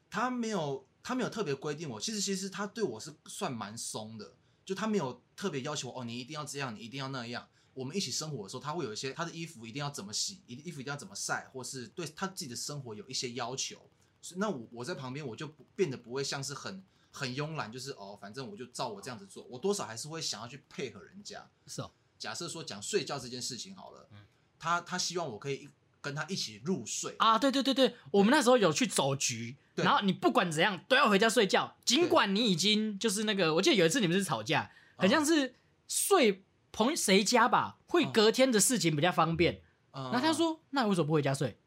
[SPEAKER 2] 他没有他没有特别规定我，其实其实他对我是算蛮松的，就他没有特别要求我哦，你一定要这样，你一定要那样。我们一起生活的时候，他会有一些他的衣服一定要怎么洗，衣衣服一定要怎么晒，或是对他自己的生活有一些要求。所以那我我在旁边我就不变得不会像是很很慵懒，就是哦，反正我就照我这样子做，我多少还是会想要去配合人家。
[SPEAKER 1] 是哦，
[SPEAKER 2] 假设说讲睡觉这件事情好了，
[SPEAKER 1] 嗯
[SPEAKER 2] 他他希望我可以一跟他一起入睡，
[SPEAKER 1] 啊，对对对对，我们那时候有去走局，
[SPEAKER 2] 对
[SPEAKER 1] 然后你不管怎样都要回家睡觉，尽管你已经就是那个，我记得有一次你们是吵架，很像是睡朋谁家吧，会
[SPEAKER 2] 嗯
[SPEAKER 1] 隔天的事情比较方便。
[SPEAKER 2] 嗯
[SPEAKER 1] 然后他说，那为什么不回家睡？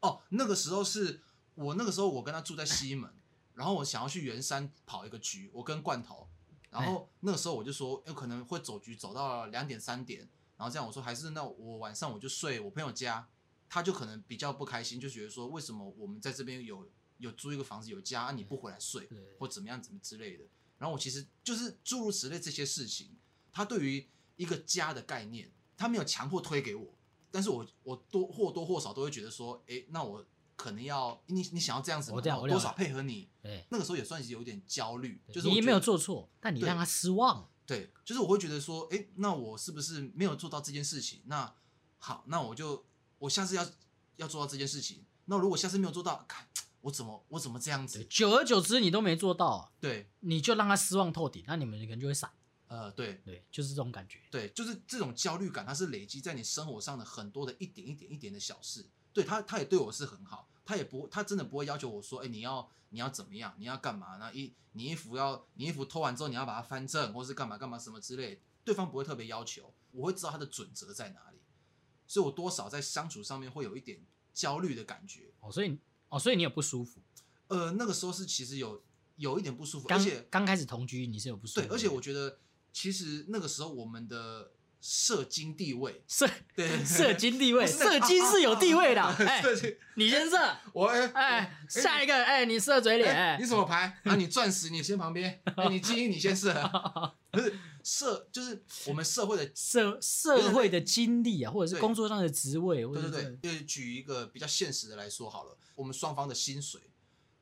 [SPEAKER 2] 哦，那个时候是我那个时候我跟他住在西门，然后我想要去圆山跑一个局，我跟罐头，然后那个时候我就说有可能会走局走到两点三点，然后这样我说还是那我晚上我就睡我朋友家，他就可能比较不开心，就觉得说为什么我们在这边有有租一个房子有家，啊、你不回来睡
[SPEAKER 1] 对
[SPEAKER 2] 或怎么样怎么之类的，然后我其实就是诸如此类这些事情，他对于一个家的概念，他没有强迫推给我，但是我我多或多或少都会觉得说，诶，那我可能要你你想要这样子吗，
[SPEAKER 1] 我这样
[SPEAKER 2] 那
[SPEAKER 1] 我
[SPEAKER 2] 多
[SPEAKER 1] 了
[SPEAKER 2] 少配合你。
[SPEAKER 1] 对，
[SPEAKER 2] 那个时候也算是有点焦虑，就是
[SPEAKER 1] 你
[SPEAKER 2] 我
[SPEAKER 1] 也
[SPEAKER 2] 觉
[SPEAKER 1] 没有
[SPEAKER 2] 得
[SPEAKER 1] 做错，但你
[SPEAKER 2] 对
[SPEAKER 1] 让他失望。
[SPEAKER 2] 对，就是我会觉得说，诶，那我是不是没有做到这件事情？那好，那我就我下次要要做到这件事情。那如果下次没有做到，看我怎么我怎么这样
[SPEAKER 1] 对
[SPEAKER 2] 子？
[SPEAKER 1] 久而久之，你都没做到啊、
[SPEAKER 2] 对，
[SPEAKER 1] 你就让他失望透顶，那你们可能就会散。
[SPEAKER 2] 呃，对，
[SPEAKER 1] 对，就是这种感觉。
[SPEAKER 2] 对，就是这种焦虑感，它是累积在你生活上的很多的一点一点一点的小事。对他，他也对我是很好，他也不，他真的不会要求我说，哎，你要你要怎么样，你要干嘛？那衣你衣服要你衣服脱完之后你要把它翻正，或是干嘛干嘛什么之类，对方不会特别要求，我会知道他的准则在哪里，所以我多少在相处上面会有一点焦虑的感觉。
[SPEAKER 1] 哦，所以哦，所以你有不舒服。
[SPEAKER 2] 呃，那个时候是其实有有一点不舒服，而
[SPEAKER 1] 刚
[SPEAKER 2] 且
[SPEAKER 1] 刚开始同居，你是有不舒服
[SPEAKER 2] 对，
[SPEAKER 1] 的。
[SPEAKER 2] 而且我觉得其实那个时候我们的社经地位，
[SPEAKER 1] 社
[SPEAKER 2] 对对对
[SPEAKER 1] 社经地位，
[SPEAKER 2] 不是那个
[SPEAKER 1] 社经是有地位的。哎，
[SPEAKER 2] 社经
[SPEAKER 1] 你先 射，
[SPEAKER 2] 我哎
[SPEAKER 1] 哎，下一个，哎，你射嘴脸，
[SPEAKER 2] 哎
[SPEAKER 1] 哎
[SPEAKER 2] 你，什么牌？啊，你钻石你先旁边，哎，你精英你先射，不是社就是我们社会的
[SPEAKER 1] 社社会的经历啊，或者是
[SPEAKER 2] 对
[SPEAKER 1] 工作上的职位，或
[SPEAKER 2] 对
[SPEAKER 1] 者
[SPEAKER 2] 对
[SPEAKER 1] 是
[SPEAKER 2] 对，就是举一个比较现实的来说好了，我们双方的薪水，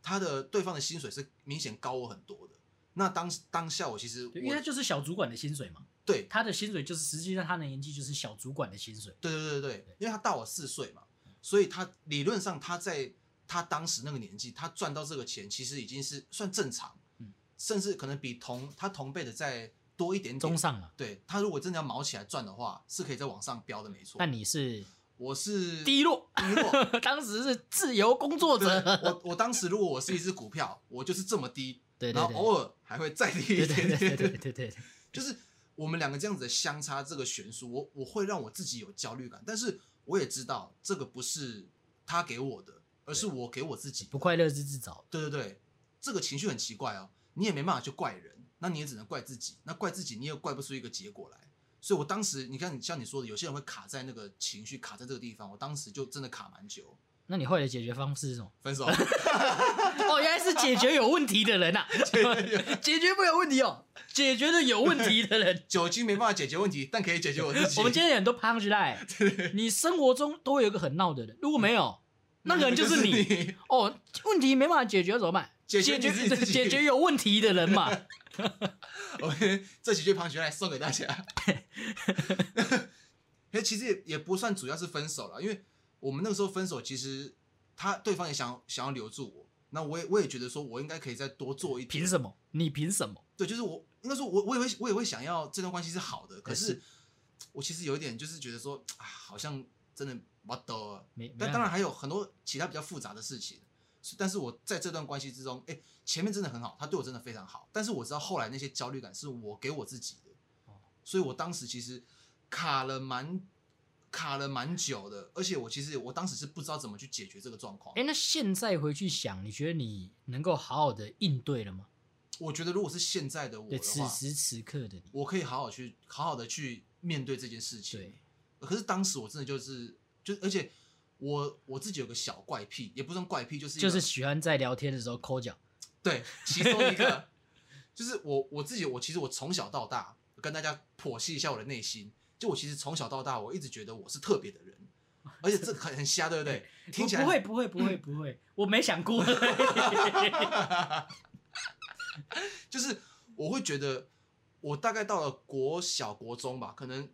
[SPEAKER 2] 他的对方的薪水是明显高我很多的。那当当下我其实我
[SPEAKER 1] 对因为他就是小主管的薪水嘛，
[SPEAKER 2] 对
[SPEAKER 1] 他的薪水就是实际上他的年纪就是小主管的薪水，
[SPEAKER 2] 对对对对，因为他大我四岁嘛，所以他理论上他在他当时那个年纪，他赚到这个钱其实已经是算正常
[SPEAKER 1] 嗯，
[SPEAKER 2] 甚至可能比同他同辈的再多一点
[SPEAKER 1] 中
[SPEAKER 2] 点。
[SPEAKER 1] 上嘛。
[SPEAKER 2] 对他如果真的要毛起来赚的话，是可以再往上飙的，没错。
[SPEAKER 1] 但你是
[SPEAKER 2] 我是
[SPEAKER 1] 低落，
[SPEAKER 2] 低落，
[SPEAKER 1] 当时是自由工作
[SPEAKER 2] 对
[SPEAKER 1] 者，
[SPEAKER 2] 我我当时如果我是一只股票，我就是这么低，
[SPEAKER 1] 对对
[SPEAKER 2] 然后
[SPEAKER 1] 对
[SPEAKER 2] 偶尔还会再低
[SPEAKER 1] 对
[SPEAKER 2] 一
[SPEAKER 1] 对
[SPEAKER 2] 点
[SPEAKER 1] 哦对对对
[SPEAKER 2] 点，
[SPEAKER 1] 对对对，
[SPEAKER 2] 就是我们两个这样子的相差这个悬殊，我我会让我自己有焦虑感，但是我也知道这个不是他给我的，而是我给我自己。
[SPEAKER 1] 不快乐是自找的。
[SPEAKER 2] 对对对，这个情绪很奇怪哦，你也没办法去怪人，那你也只能怪自己，那怪自己你也怪不出一个结果来。所以我当时，你看，像你说的，有些人会卡在那个情绪，卡在这个地方。我当时就真的卡蛮久，
[SPEAKER 1] 那你后来的解决方式是什么？
[SPEAKER 2] 分手。
[SPEAKER 1] 哦，原来是解决有问题的人呐、啊， 解决不了问题哦，解决的有问题的 人。
[SPEAKER 2] 酒精没办法解决问题，但可以解决我自己。
[SPEAKER 1] 我们今天有很多 punch line，你生活中都会有一个很闹的人，如果没有，嗯那个人就是你。
[SPEAKER 2] 你。
[SPEAKER 1] 哦，问题没办法解决怎么办？
[SPEAKER 2] 解决
[SPEAKER 1] 解
[SPEAKER 2] 你自己自己
[SPEAKER 1] 解决有问题的人嘛。
[SPEAKER 2] 我们这几句旁学来送给大 家。可是其实也也不算主要是分手了，因为我们那个时候分手，其实他对方也想想要留住我，那我也我也觉得说我应该可以再多做一点
[SPEAKER 1] 凭。什么？你凭什么？
[SPEAKER 2] 对，就是我应该说我我也会我也会想要这段关系是好的，可是
[SPEAKER 1] 是
[SPEAKER 2] 我其实有一点就是觉得说啊，好像真的我懂了。
[SPEAKER 1] 没，没
[SPEAKER 2] 但
[SPEAKER 1] 办
[SPEAKER 2] 当然
[SPEAKER 1] 法，
[SPEAKER 2] 还有很多其他比较复杂的事情。是但是我在这段关系之中，哎、前面真的很好，他对我真的非常好。但是我知道后来那些焦虑感是我给我自己的
[SPEAKER 1] 哦，
[SPEAKER 2] 所以我当时其实卡了蛮卡了蛮久的，而且我其实我当时是不知道怎么去解决这个状况
[SPEAKER 1] 哎、。那现在回去想，你觉得你能够好好的应对了吗？
[SPEAKER 2] 我觉得如果是现在的我
[SPEAKER 1] 对，
[SPEAKER 2] 的
[SPEAKER 1] 此
[SPEAKER 2] 话，
[SPEAKER 1] 时此刻的你，
[SPEAKER 2] 我可以好好去好好的去面对这件事情。
[SPEAKER 1] 对，
[SPEAKER 2] 可是当时我真的就是就而且我我自己有个小怪癖，也不算怪癖，就是一
[SPEAKER 1] 就
[SPEAKER 2] 个
[SPEAKER 1] 是喜欢在聊天的时候抠脚。
[SPEAKER 2] 对，其中一个就是我我自己，我其实我从小到大跟大家剖析一下我的内心，就我其实从小到大我一直觉得我是特别的人，而且这很很瞎，对不对？听起来
[SPEAKER 1] 不会，不会，不 会，不会，我没想过。
[SPEAKER 2] 就是我会觉得我大概到了国小国中吧，可能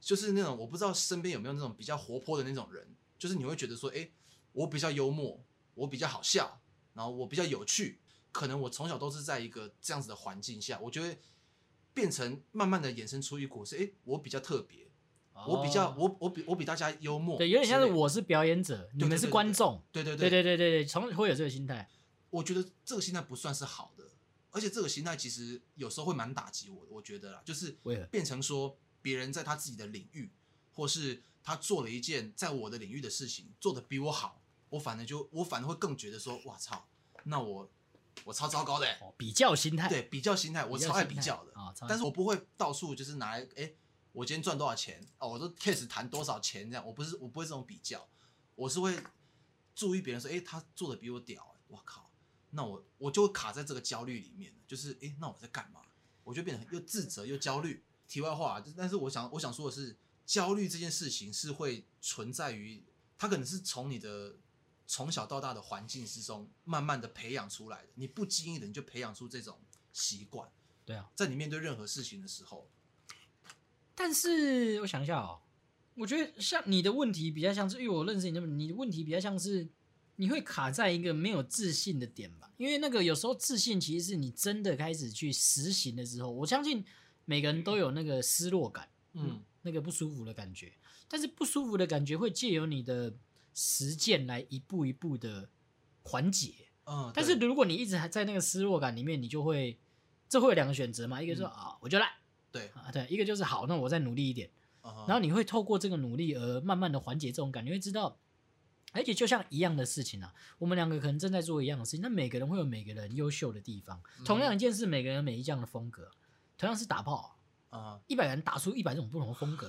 [SPEAKER 2] 就是那种我不知道身边有没有那种比较活泼的那种人，就是你会觉得说，哎，我比较幽默，我比较好笑，然后我比较有趣，可能我从小都是在一个这样子的环境下，我就会变成慢慢的衍生出一股是，哎，我比较特别，我比较
[SPEAKER 1] 哦，
[SPEAKER 2] 我我比我比大家幽默之
[SPEAKER 1] 对，
[SPEAKER 2] 类的，
[SPEAKER 1] 有点像是我是表演者，你
[SPEAKER 2] 对
[SPEAKER 1] 们
[SPEAKER 2] 对
[SPEAKER 1] 是
[SPEAKER 2] 对
[SPEAKER 1] 观众。
[SPEAKER 2] 对对
[SPEAKER 1] 对对对对对，从会有这个心态。
[SPEAKER 2] 我觉得这个心态不算是好的，而且这个心态其实有时候会蛮打击我的，我觉得啦，就是
[SPEAKER 1] 为何
[SPEAKER 2] 变成说别人在他自己的领域，或是他做了一件在我的领域的事情，做的比我好，我反而就我反而会更觉得说，哇操，那我我超糟糕的、欸，
[SPEAKER 1] 哦，比较心态。
[SPEAKER 2] 对，比较心态，哦我超爱比较的，
[SPEAKER 1] 啊，超爱
[SPEAKER 2] 但是我不会到处就是拿来，哎、我今天赚多少钱哦，我都 case 谈多少钱这样，我不是我不会这种比较，我是会注意别人说，哎、他做的比我屌、哎我靠，那我我就会卡在这个焦虑里面，就是哎、那我在干嘛？我就变得很又自责又焦虑。题外话，就是但是我想我想说的是，焦虑这件事情是会存在于，它可能是从你的从小到大的环境之中慢慢的培养出来的，你不经意的你就培养出这种习惯。
[SPEAKER 1] 对啊。
[SPEAKER 2] 在你面对任何事情的时候，
[SPEAKER 1] 但是我想一下哦，我觉得像你的问题比较像是，因为我认识你那么，你的问题比较像是你会卡在一个没有自信的点吧？因为那个有时候自信其实是你真的开始去实行的时候，我相信每个人都有那个失落感，
[SPEAKER 2] 嗯，
[SPEAKER 1] 那个不舒服的感觉。但是不舒服的感觉会借由你的实践来一步一步的缓解。
[SPEAKER 2] 嗯，
[SPEAKER 1] 但是
[SPEAKER 2] 对
[SPEAKER 1] 如果你一直还在那个失落感里面，你就会，这会有两个选择嘛，一个就是、
[SPEAKER 2] 嗯
[SPEAKER 1] 啊我就烂
[SPEAKER 2] 对，嗯
[SPEAKER 1] 啊，对，一个就是好，那我再努力一点，
[SPEAKER 2] 然
[SPEAKER 1] 然后你会透过这个努力而慢慢的缓解这种感觉，你会知道，而且就像一样的事情啊，我们两个可能正在做一样的事情，那每个人
[SPEAKER 2] 嗯
[SPEAKER 1] 会有每个人优秀的地方，同样一件事，每个人有每一样的风格，同样是打炮啊、
[SPEAKER 2] 啊、
[SPEAKER 1] 一百个人打出一百种不同的风格，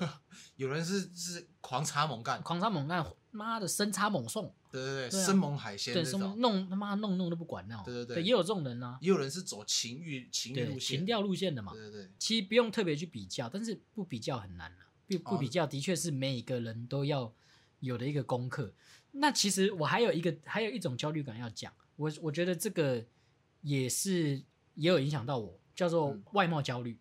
[SPEAKER 2] 有人是是狂插猛干，
[SPEAKER 1] 狂插猛干，妈的生插猛送，
[SPEAKER 2] 对对
[SPEAKER 1] 对啊
[SPEAKER 2] 生猛海鲜
[SPEAKER 1] 对，
[SPEAKER 2] 这
[SPEAKER 1] 什么
[SPEAKER 2] 种，
[SPEAKER 1] 弄他妈弄弄都不管那种，
[SPEAKER 2] 对对对
[SPEAKER 1] 也有这种人啊，
[SPEAKER 2] 也有人是走情欲情欲
[SPEAKER 1] 对，
[SPEAKER 2] 路线，
[SPEAKER 1] 情调路线的嘛，
[SPEAKER 2] 对对对，
[SPEAKER 1] 其实不用特别去比较，但是不比较很难了、不不
[SPEAKER 2] 哦
[SPEAKER 1] 比较的确是每个人都要有的一个功课。那其实我还有一个还有一种焦虑感要讲，我我觉得这个也是也有影响到我，叫做
[SPEAKER 2] 嗯
[SPEAKER 1] 外貌焦虑。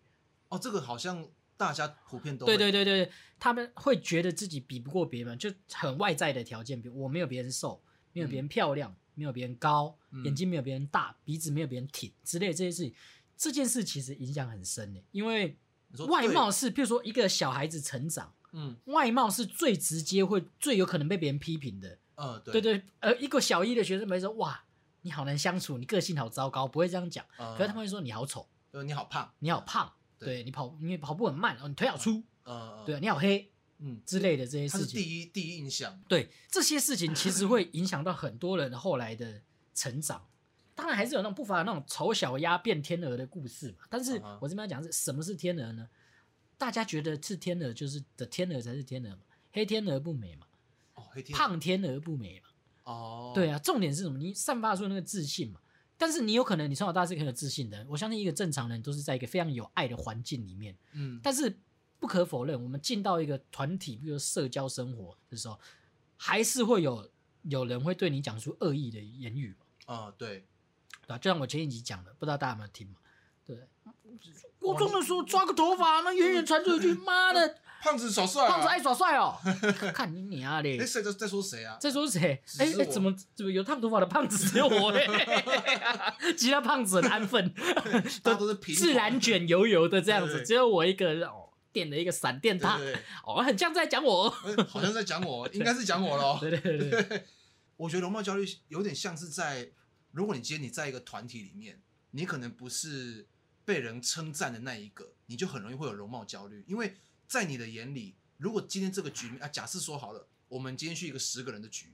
[SPEAKER 2] 哦，这个好像大家普遍都
[SPEAKER 1] 对
[SPEAKER 2] 会
[SPEAKER 1] 对对对，他们会觉得自己比不过别人，就很外在的条件，比如我没有别人瘦，没有别人漂亮，没有别人高，
[SPEAKER 2] 嗯
[SPEAKER 1] 眼睛没有别人大，鼻子没有别人挺之类的这些事情，这件事其实影响很深的，因为
[SPEAKER 2] 你说
[SPEAKER 1] 外
[SPEAKER 2] 对
[SPEAKER 1] 貌是，譬如说一个小孩子成长，
[SPEAKER 2] 嗯
[SPEAKER 1] 外貌是最直接会最有可能被别人批评的。
[SPEAKER 2] 呃对
[SPEAKER 1] 对对，呃，一个小一的学生不会说哇，你好难相处，你个性好糟糕，不会这样讲。
[SPEAKER 2] 呃
[SPEAKER 1] 可是他们会说你好丑，
[SPEAKER 2] 呃你好胖，
[SPEAKER 1] 你好胖，
[SPEAKER 2] 对
[SPEAKER 1] 对你跑你跑步很慢，哦，你腿好粗，
[SPEAKER 2] 呃
[SPEAKER 1] 对，你好黑
[SPEAKER 2] 嗯，
[SPEAKER 1] 之类的这些
[SPEAKER 2] 它
[SPEAKER 1] 事
[SPEAKER 2] 是
[SPEAKER 1] 情。
[SPEAKER 2] 第一第一印象，
[SPEAKER 1] 对这些事情其实会影响到很多人后来的成长。当然还是有那种不乏那种丑小鸭变天鹅的故事嘛，但是
[SPEAKER 2] 嗯哼
[SPEAKER 1] 我这边要讲的是什么是天鹅呢？大家觉得是天鹅就是的天鹅才是天鹅嘛，黑天鹅不美嘛，
[SPEAKER 2] 哦黑天鹅
[SPEAKER 1] 胖天鹅不美嘛。
[SPEAKER 2] 哦
[SPEAKER 1] 对
[SPEAKER 2] 啊
[SPEAKER 1] 啊，重点是什么？你散发出那个自信嘛。但是你有可能你从小到大是一个很有自信的人，我相信一个正常人都是在一个非常有爱的环境里面。
[SPEAKER 2] 嗯
[SPEAKER 1] 但是不可否认，我们进到一个团体，比如说社交生活的时候，还是会有有人会对你讲出恶意的言语嘛，
[SPEAKER 2] 呃对
[SPEAKER 1] 对吧、就像我前一集讲的，不知道大家有没有听嘛？对，
[SPEAKER 2] 嗯
[SPEAKER 1] 国中的时候抓个头发，那远远传出一句“妈的，
[SPEAKER 2] 胖子少帅啊，
[SPEAKER 1] 胖子爱耍帅哦”， 看你娘嘞！
[SPEAKER 2] 哎谁在在说谁啊？
[SPEAKER 1] 在说谁？
[SPEAKER 2] 只
[SPEAKER 1] 哎
[SPEAKER 2] 是
[SPEAKER 1] 哎，
[SPEAKER 2] 我
[SPEAKER 1] 怎么怎么有烫头发的胖子只有 我嘞？其他胖子很安分，
[SPEAKER 2] 大家都是平
[SPEAKER 1] 自然卷油油的这样
[SPEAKER 2] 对
[SPEAKER 1] 子，
[SPEAKER 2] 对
[SPEAKER 1] 只有我一个人哦，点了一个闪电
[SPEAKER 2] 对
[SPEAKER 1] 他，
[SPEAKER 2] 对对
[SPEAKER 1] 哦，很像在讲我。
[SPEAKER 2] 呃，好像在讲我，应该是讲我喽。
[SPEAKER 1] 对对对 对，
[SPEAKER 2] 我觉得容貌焦虑有点像是在，如果你今天你在一个团体里面，你可能不是被人称赞的那一个，你就很容易会有容貌焦虑，因为在你的眼里，如果今天这个局面啊，假设说好了，我们今天去一个十个人的局，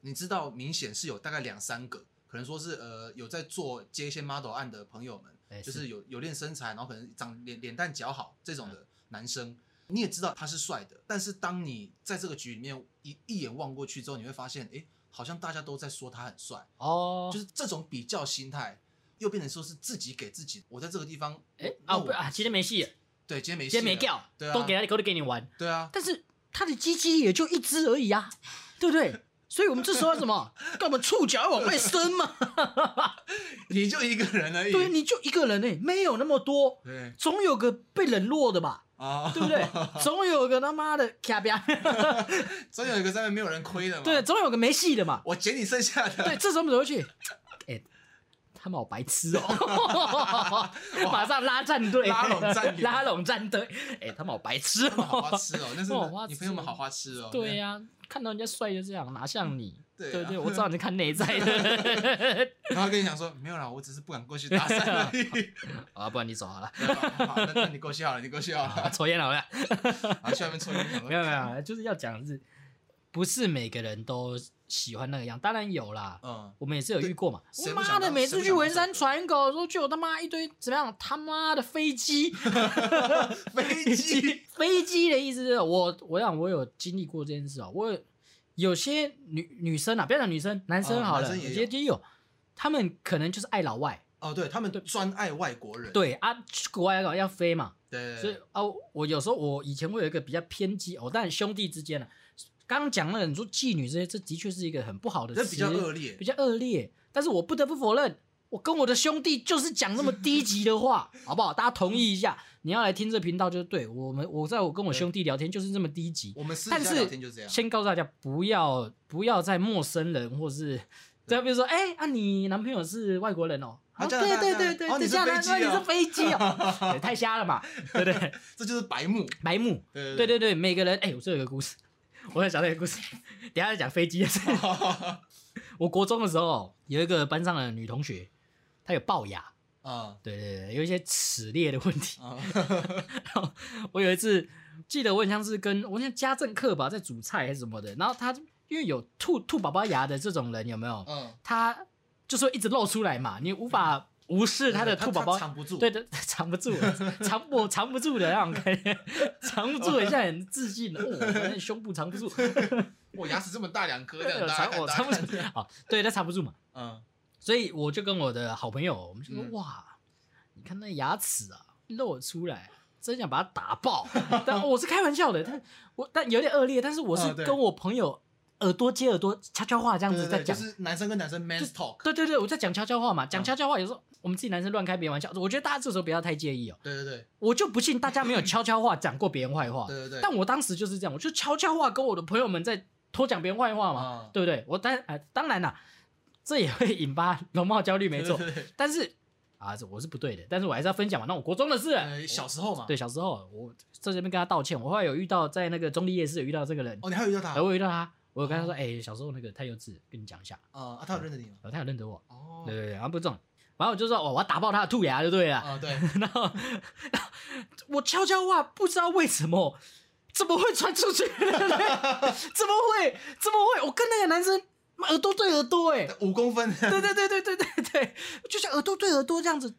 [SPEAKER 2] 你知道明显是有大概两三个，可能说是呃有在做接一些 model 案的朋友们，
[SPEAKER 1] 哎
[SPEAKER 2] 就是有有练身材，然后可能长脸脸蛋姣好这
[SPEAKER 1] 嗯
[SPEAKER 2] 种的男生，你也知道他是帅的，但是当你在这个局里面一一眼望过去之后，你会发现，诶，好像大家都在说他很帅，
[SPEAKER 1] 哦，
[SPEAKER 2] 就是这种比较心态，又变成说是自己给自己，我在这个地方，
[SPEAKER 1] 哎
[SPEAKER 2] 那
[SPEAKER 1] 啊
[SPEAKER 2] 我
[SPEAKER 1] 不啊，今天没戏了，
[SPEAKER 2] 对，今天没
[SPEAKER 1] 今
[SPEAKER 2] 戏了
[SPEAKER 1] 天没掉
[SPEAKER 2] 对，啊
[SPEAKER 1] 都给他都给你玩，
[SPEAKER 2] 对啊，
[SPEAKER 1] 但是他的鸡鸡也就一只而已啊， 对不对？所以我们这时候要什 么？干嘛触角要往外伸嘛？
[SPEAKER 2] 你就一个人而已，
[SPEAKER 1] 对，你就一个人呢，没有那么多，
[SPEAKER 2] 对
[SPEAKER 1] 总有个被冷落的吧？
[SPEAKER 2] 啊，
[SPEAKER 1] 对不 对？总有个他妈的卡比亚，
[SPEAKER 2] 总有一个上面没有人亏的嘛，
[SPEAKER 1] 对，，总有个没戏的嘛。
[SPEAKER 2] 我捡你剩下的，
[SPEAKER 1] 对，这时候我们怎么去？哎、他们好白 痴哦！ 马上拉战队，
[SPEAKER 2] 拉拢 战友
[SPEAKER 1] 拉拢战队。哎、他们好白痴
[SPEAKER 2] 他们好花
[SPEAKER 1] 哦！
[SPEAKER 2] 痴哦，那是
[SPEAKER 1] 好花痴
[SPEAKER 2] 你朋友们好花痴哦，
[SPEAKER 1] 对呀、看到人家帅就这样，哪像你？
[SPEAKER 2] 对啊
[SPEAKER 1] 对对，我知道你是看内在的
[SPEAKER 2] 然后跟你讲说没有啦，我只是不敢过去搭讪而已。
[SPEAKER 1] 啊，不然你走好了，
[SPEAKER 2] 好，那那你过去好了，你过去好
[SPEAKER 1] 啊
[SPEAKER 2] 了，
[SPEAKER 1] 抽烟好了。
[SPEAKER 2] 啊，去外面抽烟好了。
[SPEAKER 1] 没有没有，就是要讲的是，不是每个人都喜欢那个样，当然有啦。
[SPEAKER 2] 嗯，
[SPEAKER 1] 我们也是有遇过嘛。
[SPEAKER 2] 对
[SPEAKER 1] 我
[SPEAKER 2] 谁不
[SPEAKER 1] 妈
[SPEAKER 2] 想
[SPEAKER 1] 的，
[SPEAKER 2] 当
[SPEAKER 1] 每
[SPEAKER 2] 谁
[SPEAKER 1] 次
[SPEAKER 2] 不
[SPEAKER 1] 去
[SPEAKER 2] 想
[SPEAKER 1] 文
[SPEAKER 2] 当
[SPEAKER 1] 山
[SPEAKER 2] 帅哥
[SPEAKER 1] 船狗的时候，就有他妈一堆怎么样？他妈的飞机，
[SPEAKER 2] 飞机，
[SPEAKER 1] 飞机的意思是我，我想我有经历过这件事啊、我有有些女女生啊，不要讲女生，男生
[SPEAKER 2] 啊
[SPEAKER 1] 好了，
[SPEAKER 2] 男生也
[SPEAKER 1] 有
[SPEAKER 2] 有
[SPEAKER 1] 些也有，他们可能就是爱老外，
[SPEAKER 2] 哦，对他们专爱外国人，
[SPEAKER 1] 对啊，去国外要要飞嘛，
[SPEAKER 2] 对，
[SPEAKER 1] 所以啊，我有时候我以前会有一个比较偏激哦，但兄弟之间呢、啊，刚刚讲那个你说妓女这些，这的确是一个很不好的
[SPEAKER 2] 这
[SPEAKER 1] 词，
[SPEAKER 2] 比较恶劣
[SPEAKER 1] 比，较恶劣。但是我不得不否认，我跟我的兄弟就是讲那么低级的话，好不好？大家同意一下，你要来听这频道就是对我们，我在我跟我兄弟聊天就是这么低级。
[SPEAKER 2] 我们私
[SPEAKER 1] 但
[SPEAKER 2] 底下聊
[SPEAKER 1] 是
[SPEAKER 2] 天就这样，
[SPEAKER 1] 先告诉大家，不要不要在陌生人或是。对，比如说，哎、啊，你男朋友是外国人哦？
[SPEAKER 2] 啊
[SPEAKER 1] 哦
[SPEAKER 2] 加
[SPEAKER 1] 对
[SPEAKER 2] 拿大
[SPEAKER 1] 对
[SPEAKER 2] 加拿
[SPEAKER 1] 对
[SPEAKER 2] 大
[SPEAKER 1] 对，
[SPEAKER 2] 哦你是
[SPEAKER 1] 加拿
[SPEAKER 2] 飞机
[SPEAKER 1] 大你
[SPEAKER 2] 哦
[SPEAKER 1] 是飞机 哦，对太瞎了嘛，对不对？
[SPEAKER 2] 这就是白目，
[SPEAKER 1] 白目，
[SPEAKER 2] 对
[SPEAKER 1] 对对对，每个人，哎、我这有个故事，我要讲这个故事，等一下再讲飞机的事。我国中的时候，有一个班上的女同学，她有龅牙，
[SPEAKER 2] 啊
[SPEAKER 1] 对对对，有一些齿裂的问题。
[SPEAKER 2] 啊，
[SPEAKER 1] 然后我有一次记得我很像是跟我像家政课吧，在煮菜还是什么的，然后她因为有兔兔宝宝牙的这种人有没有？
[SPEAKER 2] 嗯，
[SPEAKER 1] 她就是会一直露出来嘛，你无法无视他的
[SPEAKER 2] 他
[SPEAKER 1] 兔宝宝
[SPEAKER 2] 他，藏不住，
[SPEAKER 1] 对 的，藏不住了，藏我藏不住的那种感觉， 藏不住，现在很自信了，哦，我的胸部藏不住，
[SPEAKER 2] 我牙齿这么大两颗的，
[SPEAKER 1] 呃
[SPEAKER 2] 大家
[SPEAKER 1] 藏
[SPEAKER 2] 看
[SPEAKER 1] 我
[SPEAKER 2] 大
[SPEAKER 1] 藏
[SPEAKER 2] 家
[SPEAKER 1] 不
[SPEAKER 2] 看
[SPEAKER 1] 住，好，对，他藏不住嘛，
[SPEAKER 2] 嗯，
[SPEAKER 1] 所以我就跟我的好朋友，我们就说、
[SPEAKER 2] 嗯
[SPEAKER 1] 哇，你看那牙齿啊露出来，真想把它打 爆。但哦我是开玩笑的，但我但有点恶劣，但是我是
[SPEAKER 2] 嗯对
[SPEAKER 1] 跟我朋友耳朵接耳朵悄悄话这样
[SPEAKER 2] 对
[SPEAKER 1] 子
[SPEAKER 2] 对
[SPEAKER 1] 在
[SPEAKER 2] 对，就
[SPEAKER 1] 讲。
[SPEAKER 2] 是男生跟男生 man talk，
[SPEAKER 1] 对对对，我在讲悄悄话嘛，
[SPEAKER 2] 嗯
[SPEAKER 1] 讲悄悄话有时候我们自己男生乱开别人玩笑，我觉得大家这时候不要太介意哦。
[SPEAKER 2] 对对对
[SPEAKER 1] 我就不信大家没有悄悄话讲过别人坏话，
[SPEAKER 2] 对对对，
[SPEAKER 1] 但我当时就是这样，我就悄悄话跟我的朋友们在偷讲别人坏话嘛，
[SPEAKER 2] 啊
[SPEAKER 1] 对不对？我当呃当然啦，这也会引发容貌焦虑，没错。
[SPEAKER 2] 对对对
[SPEAKER 1] 但是啊，这我是不对的，但是我还是要分享嘛。那我国中的事，
[SPEAKER 2] 呃，小时候嘛，
[SPEAKER 1] 对小时候我在这边跟他道歉，我后来有遇到在那个中立夜市有遇到这个人，
[SPEAKER 2] 哦，你还有遇到
[SPEAKER 1] 然
[SPEAKER 2] 他
[SPEAKER 1] 后，我有遇到他，我有跟他说，哎、小时候那个太幼稚，跟你讲一下，呃
[SPEAKER 2] 嗯啊，他有认得你吗？
[SPEAKER 1] 然后他有认得我，
[SPEAKER 2] 哦
[SPEAKER 1] 对，对对，然后不是这种，然后我就说，哦，我要打爆他的兔牙就对了，
[SPEAKER 2] 啊对，
[SPEAKER 1] 然后，然后我悄悄话不知道为什么，怎么会传出去？怎么会？ 怎么会？我跟那个男生耳朵对耳朵、欸，哎，
[SPEAKER 2] 五公分，
[SPEAKER 1] 对对对对对对对，就像耳朵对耳朵这样子，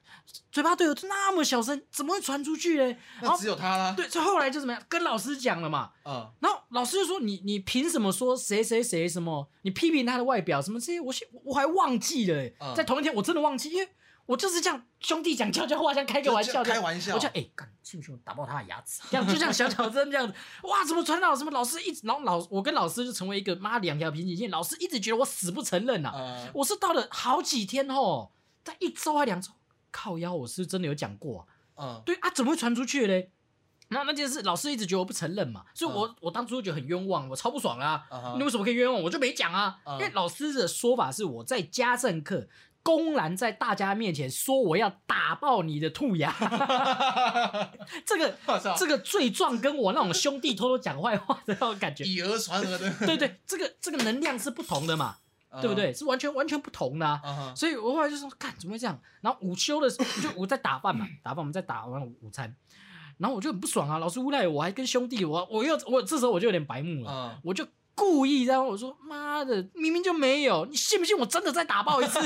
[SPEAKER 1] 嘴巴对耳朵那么小声，怎么会传出去嘞？然
[SPEAKER 2] 那
[SPEAKER 1] 后
[SPEAKER 2] 只有他啦，，
[SPEAKER 1] 对，所以后来就怎么样，跟老师讲了嘛。
[SPEAKER 2] 嗯，
[SPEAKER 1] 然后老师就说你你凭什么说谁谁谁什么？你批评他的外表什么这些，我现我还忘记了、欸，
[SPEAKER 2] 嗯
[SPEAKER 1] 在同一天我真的忘记，因为我就是这样兄弟讲悄悄话，像开个玩笑这
[SPEAKER 2] 开
[SPEAKER 1] 样。
[SPEAKER 2] 玩笑，
[SPEAKER 1] 我就哎，欸干、信不信我打爆他的牙齿？这样就哎像小小针这样子，哇，怎么传到什么老师一直，然后老我跟老师就成为一个妈两条平行线，老师一直觉得我死不承认呐、啊。
[SPEAKER 2] 呃，
[SPEAKER 1] 我是到了好几天后，在一周还两周，靠腰，我是不是真的有讲过、啊，
[SPEAKER 2] 嗯，
[SPEAKER 1] 对啊，怎么会传出去嘞？嗯那那件事，老师一直觉得我不承认嘛，所以我、我当初就觉得很冤枉，我超不爽啦、
[SPEAKER 2] 啊哈
[SPEAKER 1] 你为什么可以冤枉我？我就没讲啊，因
[SPEAKER 2] 嗯
[SPEAKER 1] 为老师的说法是我在家政课公然在大家面前说我要打爆你的兔牙， 这个
[SPEAKER 2] 我操
[SPEAKER 1] 这个罪状跟我那种兄弟偷偷讲坏话的那种感觉，
[SPEAKER 2] 以讹传讹的，
[SPEAKER 1] 对对，这个这个能量是不同的嘛，对不对？是完全完全不同的、啊。
[SPEAKER 2] 嗯？嗯哼，
[SPEAKER 1] 所以我后来就说，干怎么会这样？然后午休的时候，就我在打饭嘛，打饭我们在打完午餐，然后我就很不爽啊，老师诬赖我，还跟兄弟，我我又我这时候我就有点白目了，
[SPEAKER 2] 嗯，
[SPEAKER 1] 我就故意然后我说妈的，明明就没有，你信不信我真的再打爆一次？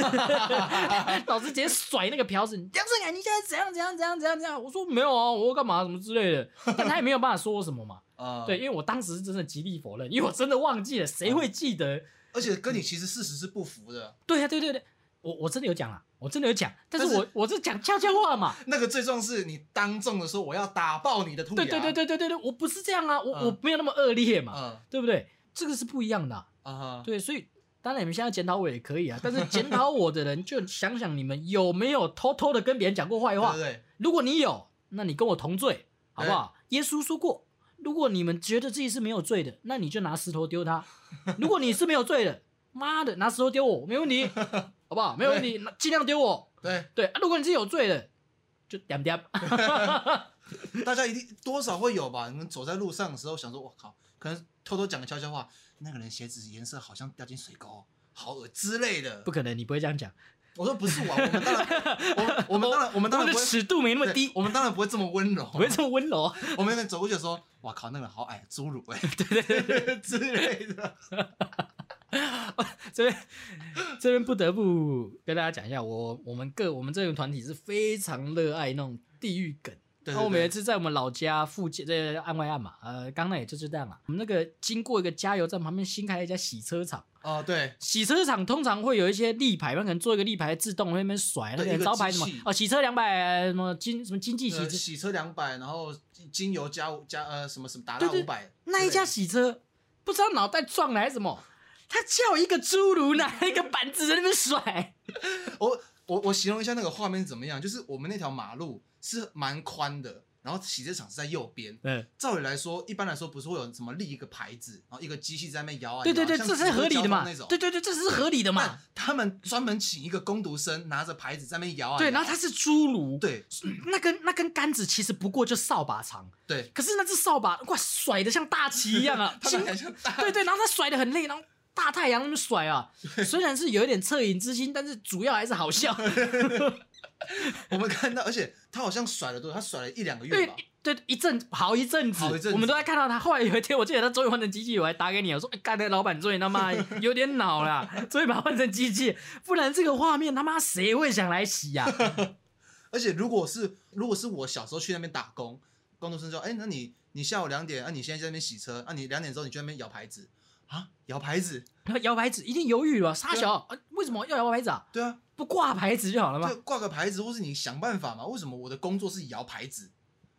[SPEAKER 1] 老师直接甩那个瓢子，你梁正凯，你现在怎样怎样怎样怎样怎样？我说没有啊，我要干嘛什么之类的，但他也没有办法说什么嘛。
[SPEAKER 2] 嗯
[SPEAKER 1] 对，因，为我当时是真的极力否认，因为我真的忘记了，谁会记得？
[SPEAKER 2] 而且跟你其实事实是不符的，
[SPEAKER 1] 对呀、啊对对对，我我真的有讲啦，我真的有讲，但
[SPEAKER 2] 但
[SPEAKER 1] 是
[SPEAKER 2] 是
[SPEAKER 1] 我我是讲悄悄话嘛。
[SPEAKER 2] 那个罪状是你当众的说我要打爆你的兔牙，
[SPEAKER 1] 对对对，对对对对，我不是这样啊，我、
[SPEAKER 2] 嗯
[SPEAKER 1] 我没有那么恶劣嘛，
[SPEAKER 2] 嗯
[SPEAKER 1] 对不对？这个是不一样的啊、
[SPEAKER 2] 啊哈，
[SPEAKER 1] 对，所以当然你们现在检讨我也可以啊，但是检讨我的人就想想你们有没有偷偷的跟别人讲过坏
[SPEAKER 2] 对
[SPEAKER 1] 话
[SPEAKER 2] 对，对，
[SPEAKER 1] 如果你有，那你跟我同罪，好不
[SPEAKER 2] 哎
[SPEAKER 1] 好？耶稣说过，如果你们觉得自己是没有罪的，那你就拿石头丢 他；如果你是没有罪的，妈的，拿石头丢我没问题，好不好？没有问题，那尽量丢我。
[SPEAKER 2] 对，
[SPEAKER 1] 对啊，如果你是有罪的，就点点。
[SPEAKER 2] 大家一定多少会有吧？你们走在路上的时候，想说“我靠”，可能偷偷讲个悄悄话，那个人鞋子颜色好像掉进水沟，好恶之类的
[SPEAKER 1] 不。可能，你不会这样讲。
[SPEAKER 2] 我说不是我啊，我们当然，我们我们当然，我们 当
[SPEAKER 1] 我
[SPEAKER 2] 然
[SPEAKER 1] 的
[SPEAKER 2] 不会
[SPEAKER 1] 尺度没那么
[SPEAKER 2] 对
[SPEAKER 1] 低，
[SPEAKER 2] 我们当然不会这么温柔
[SPEAKER 1] 不。会这么温柔。
[SPEAKER 2] 我们那边走过去说：“哇靠，那个人好矮，侏儒哎、对对对 之类的。
[SPEAKER 1] 这边这边不得不跟大家讲一下，我我们各我们这个团体是非常热爱那种地域梗。
[SPEAKER 2] 对对对
[SPEAKER 1] 然后我每一次在我们老家附近，在案外案嘛，呃，刚那也就是这样啊。我们那个经过一个加油站旁边新开了一家洗车场，”
[SPEAKER 2] 哦，对，
[SPEAKER 1] 洗车场通常会有一些立牌，那可能做一个立牌自动会那边甩那
[SPEAKER 2] 对一个
[SPEAKER 1] 招牌什
[SPEAKER 2] 机
[SPEAKER 1] 么
[SPEAKER 2] 器
[SPEAKER 1] 哦，洗车两百什么经什么经济洗
[SPEAKER 2] 呃
[SPEAKER 1] 车，
[SPEAKER 2] 洗车两百，然后精油加加呃什么什么达
[SPEAKER 1] 对
[SPEAKER 2] 到
[SPEAKER 1] 对
[SPEAKER 2] 五百。
[SPEAKER 1] 那一家洗车不知道脑袋撞了还是什么，他叫一个侏儒拿一个板子在那边甩，
[SPEAKER 2] 我我我形容一下那个画面是怎么样，就是我们那条马路是蛮宽的，然后洗车场是在右边。
[SPEAKER 1] 嗯，
[SPEAKER 2] 照理来说，一般来说不是会有什么立一个牌子，然后一个机器在那边摇啊摇啊，
[SPEAKER 1] 对对对，
[SPEAKER 2] 像
[SPEAKER 1] 这是合理的嘛
[SPEAKER 2] 那种。，
[SPEAKER 1] 对对对，这是合理的
[SPEAKER 2] 但
[SPEAKER 1] 嘛，
[SPEAKER 2] 他们专门请一个工读生拿着牌子在那边摇啊摇啊，
[SPEAKER 1] 对，然后他是侏儒，，
[SPEAKER 2] 对
[SPEAKER 1] 那根那根杆子其实不过就扫把长，
[SPEAKER 2] 对，
[SPEAKER 1] 可是那只扫把哇甩的像大旗一样啊
[SPEAKER 2] ，他
[SPEAKER 1] 经
[SPEAKER 2] 们还像大
[SPEAKER 1] 对对，然后他甩的很累，然后大太阳那么甩 啊，虽然是有一点恻隐之心，但是主要还是好笑，
[SPEAKER 2] 我们看到，而且他好像甩了多久，他甩了一两个月
[SPEAKER 1] 对
[SPEAKER 2] 吧，，
[SPEAKER 1] 对，一阵好一阵子，
[SPEAKER 2] 好一阵子
[SPEAKER 1] 我们都在看到他。后来有一天，我记得他终于换成机器，我还打给你，我说：“哎、干那老板终于他妈有点恼啦，终于把它换成机器，不然这个画面他妈谁会想来洗呀、 啊？
[SPEAKER 2] 而且如果是如果是我小时候去那边打工，工读生说，哎、那你你下午两点，啊，你现在在那边洗车，啊，你两点之后你去那边摇牌子，啊，摇牌子，
[SPEAKER 1] 然后摇牌子一定犹豫了，傻小、啊为什么要摇牌子啊？
[SPEAKER 2] 对啊，
[SPEAKER 1] 不挂牌子就好了嘛
[SPEAKER 2] 就。挂个牌子，或是你想办法嘛。为什么我的工作是摇牌子？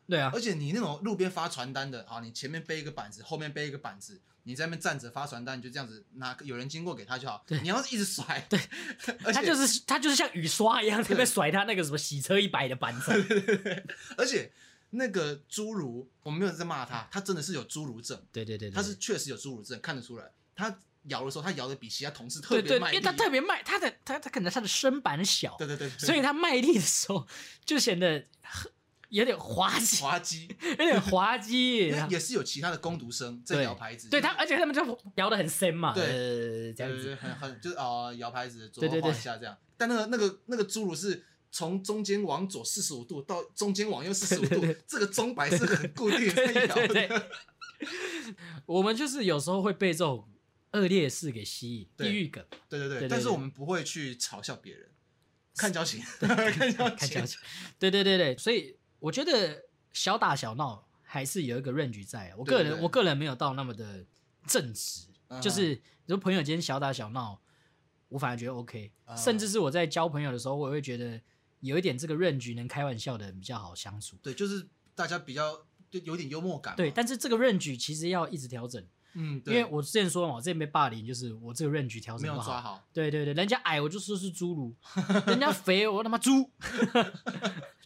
[SPEAKER 1] 对啊，
[SPEAKER 2] 而且你那种路边发传单的，啊，你前面背一个板子，后面背一个板子，你在那边站着发传单，你就这样子拿，有人经过给他就好。
[SPEAKER 1] 对
[SPEAKER 2] 你要是一直甩，对，而
[SPEAKER 1] 他
[SPEAKER 2] 且
[SPEAKER 1] 就是他就是像雨刷一样在那边甩他那个什么洗车一百的板子，
[SPEAKER 2] 而且那个侏儒，我没有在骂他，他真的是有侏儒症，
[SPEAKER 1] 对对对对，
[SPEAKER 2] 他是确实有侏儒症，看得出来。他摇的时候，他摇的比其他同事特
[SPEAKER 1] 对
[SPEAKER 2] 别
[SPEAKER 1] 对，因
[SPEAKER 2] 卖力
[SPEAKER 1] 为。他特别卖他的他他可能他的身板小，
[SPEAKER 2] 对对对，
[SPEAKER 1] 所以他卖力的时候就显得有点滑稽，
[SPEAKER 2] 滑稽，
[SPEAKER 1] 有点滑稽
[SPEAKER 2] 因。为也是有其他的工读生在
[SPEAKER 1] 对
[SPEAKER 2] 摇牌子，
[SPEAKER 1] 啊对他，而且他们就聊得很深嘛，
[SPEAKER 2] 对
[SPEAKER 1] 呃这样
[SPEAKER 2] 对对
[SPEAKER 1] 子，
[SPEAKER 2] 对很很就是哦，摇牌子左
[SPEAKER 1] 对
[SPEAKER 2] 右
[SPEAKER 1] 对
[SPEAKER 2] 晃
[SPEAKER 1] 对
[SPEAKER 2] 一下这样。但那个那个那个侏儒是从中间往左四十五度到中间往右四十五度
[SPEAKER 1] 对对，
[SPEAKER 2] 这个钟摆是很固定在
[SPEAKER 1] 对对
[SPEAKER 2] 摇
[SPEAKER 1] 对对
[SPEAKER 2] 的。
[SPEAKER 1] 我们就是有时候会被这种恶劣事给吸引，
[SPEAKER 2] 对
[SPEAKER 1] 地狱梗，
[SPEAKER 2] 对对对，
[SPEAKER 1] 对
[SPEAKER 2] 但是
[SPEAKER 1] 对
[SPEAKER 2] 我们不会去嘲笑别人，看交情， 看交
[SPEAKER 1] 看交
[SPEAKER 2] 情。
[SPEAKER 1] 情。对对对对，所以我觉得小打小闹还是有一个 range 在啊。我
[SPEAKER 2] 对
[SPEAKER 1] 个
[SPEAKER 2] 对
[SPEAKER 1] 人
[SPEAKER 2] 对
[SPEAKER 1] 我个人没有到那么的正直，
[SPEAKER 2] 嗯
[SPEAKER 1] 就是如果朋友间小打小闹，我反而觉得 OK，、
[SPEAKER 2] 嗯
[SPEAKER 1] 甚至是我在交朋友的时候，我也会觉得有一点这个 range 能开玩笑的比较好相处。
[SPEAKER 2] 对，就是大家比较就有点幽默感嘛。
[SPEAKER 1] 对，但是这个 range 其实要一直调整，
[SPEAKER 2] 嗯，
[SPEAKER 1] 因
[SPEAKER 2] 对
[SPEAKER 1] 为我之前说嘛，我之前被霸凌，就是我这个 range 调
[SPEAKER 2] 没
[SPEAKER 1] 整
[SPEAKER 2] 有
[SPEAKER 1] 不
[SPEAKER 2] 抓
[SPEAKER 1] 好。
[SPEAKER 2] 好。
[SPEAKER 1] 对对对，人家矮我就说是侏儒，人家肥我他妈猪，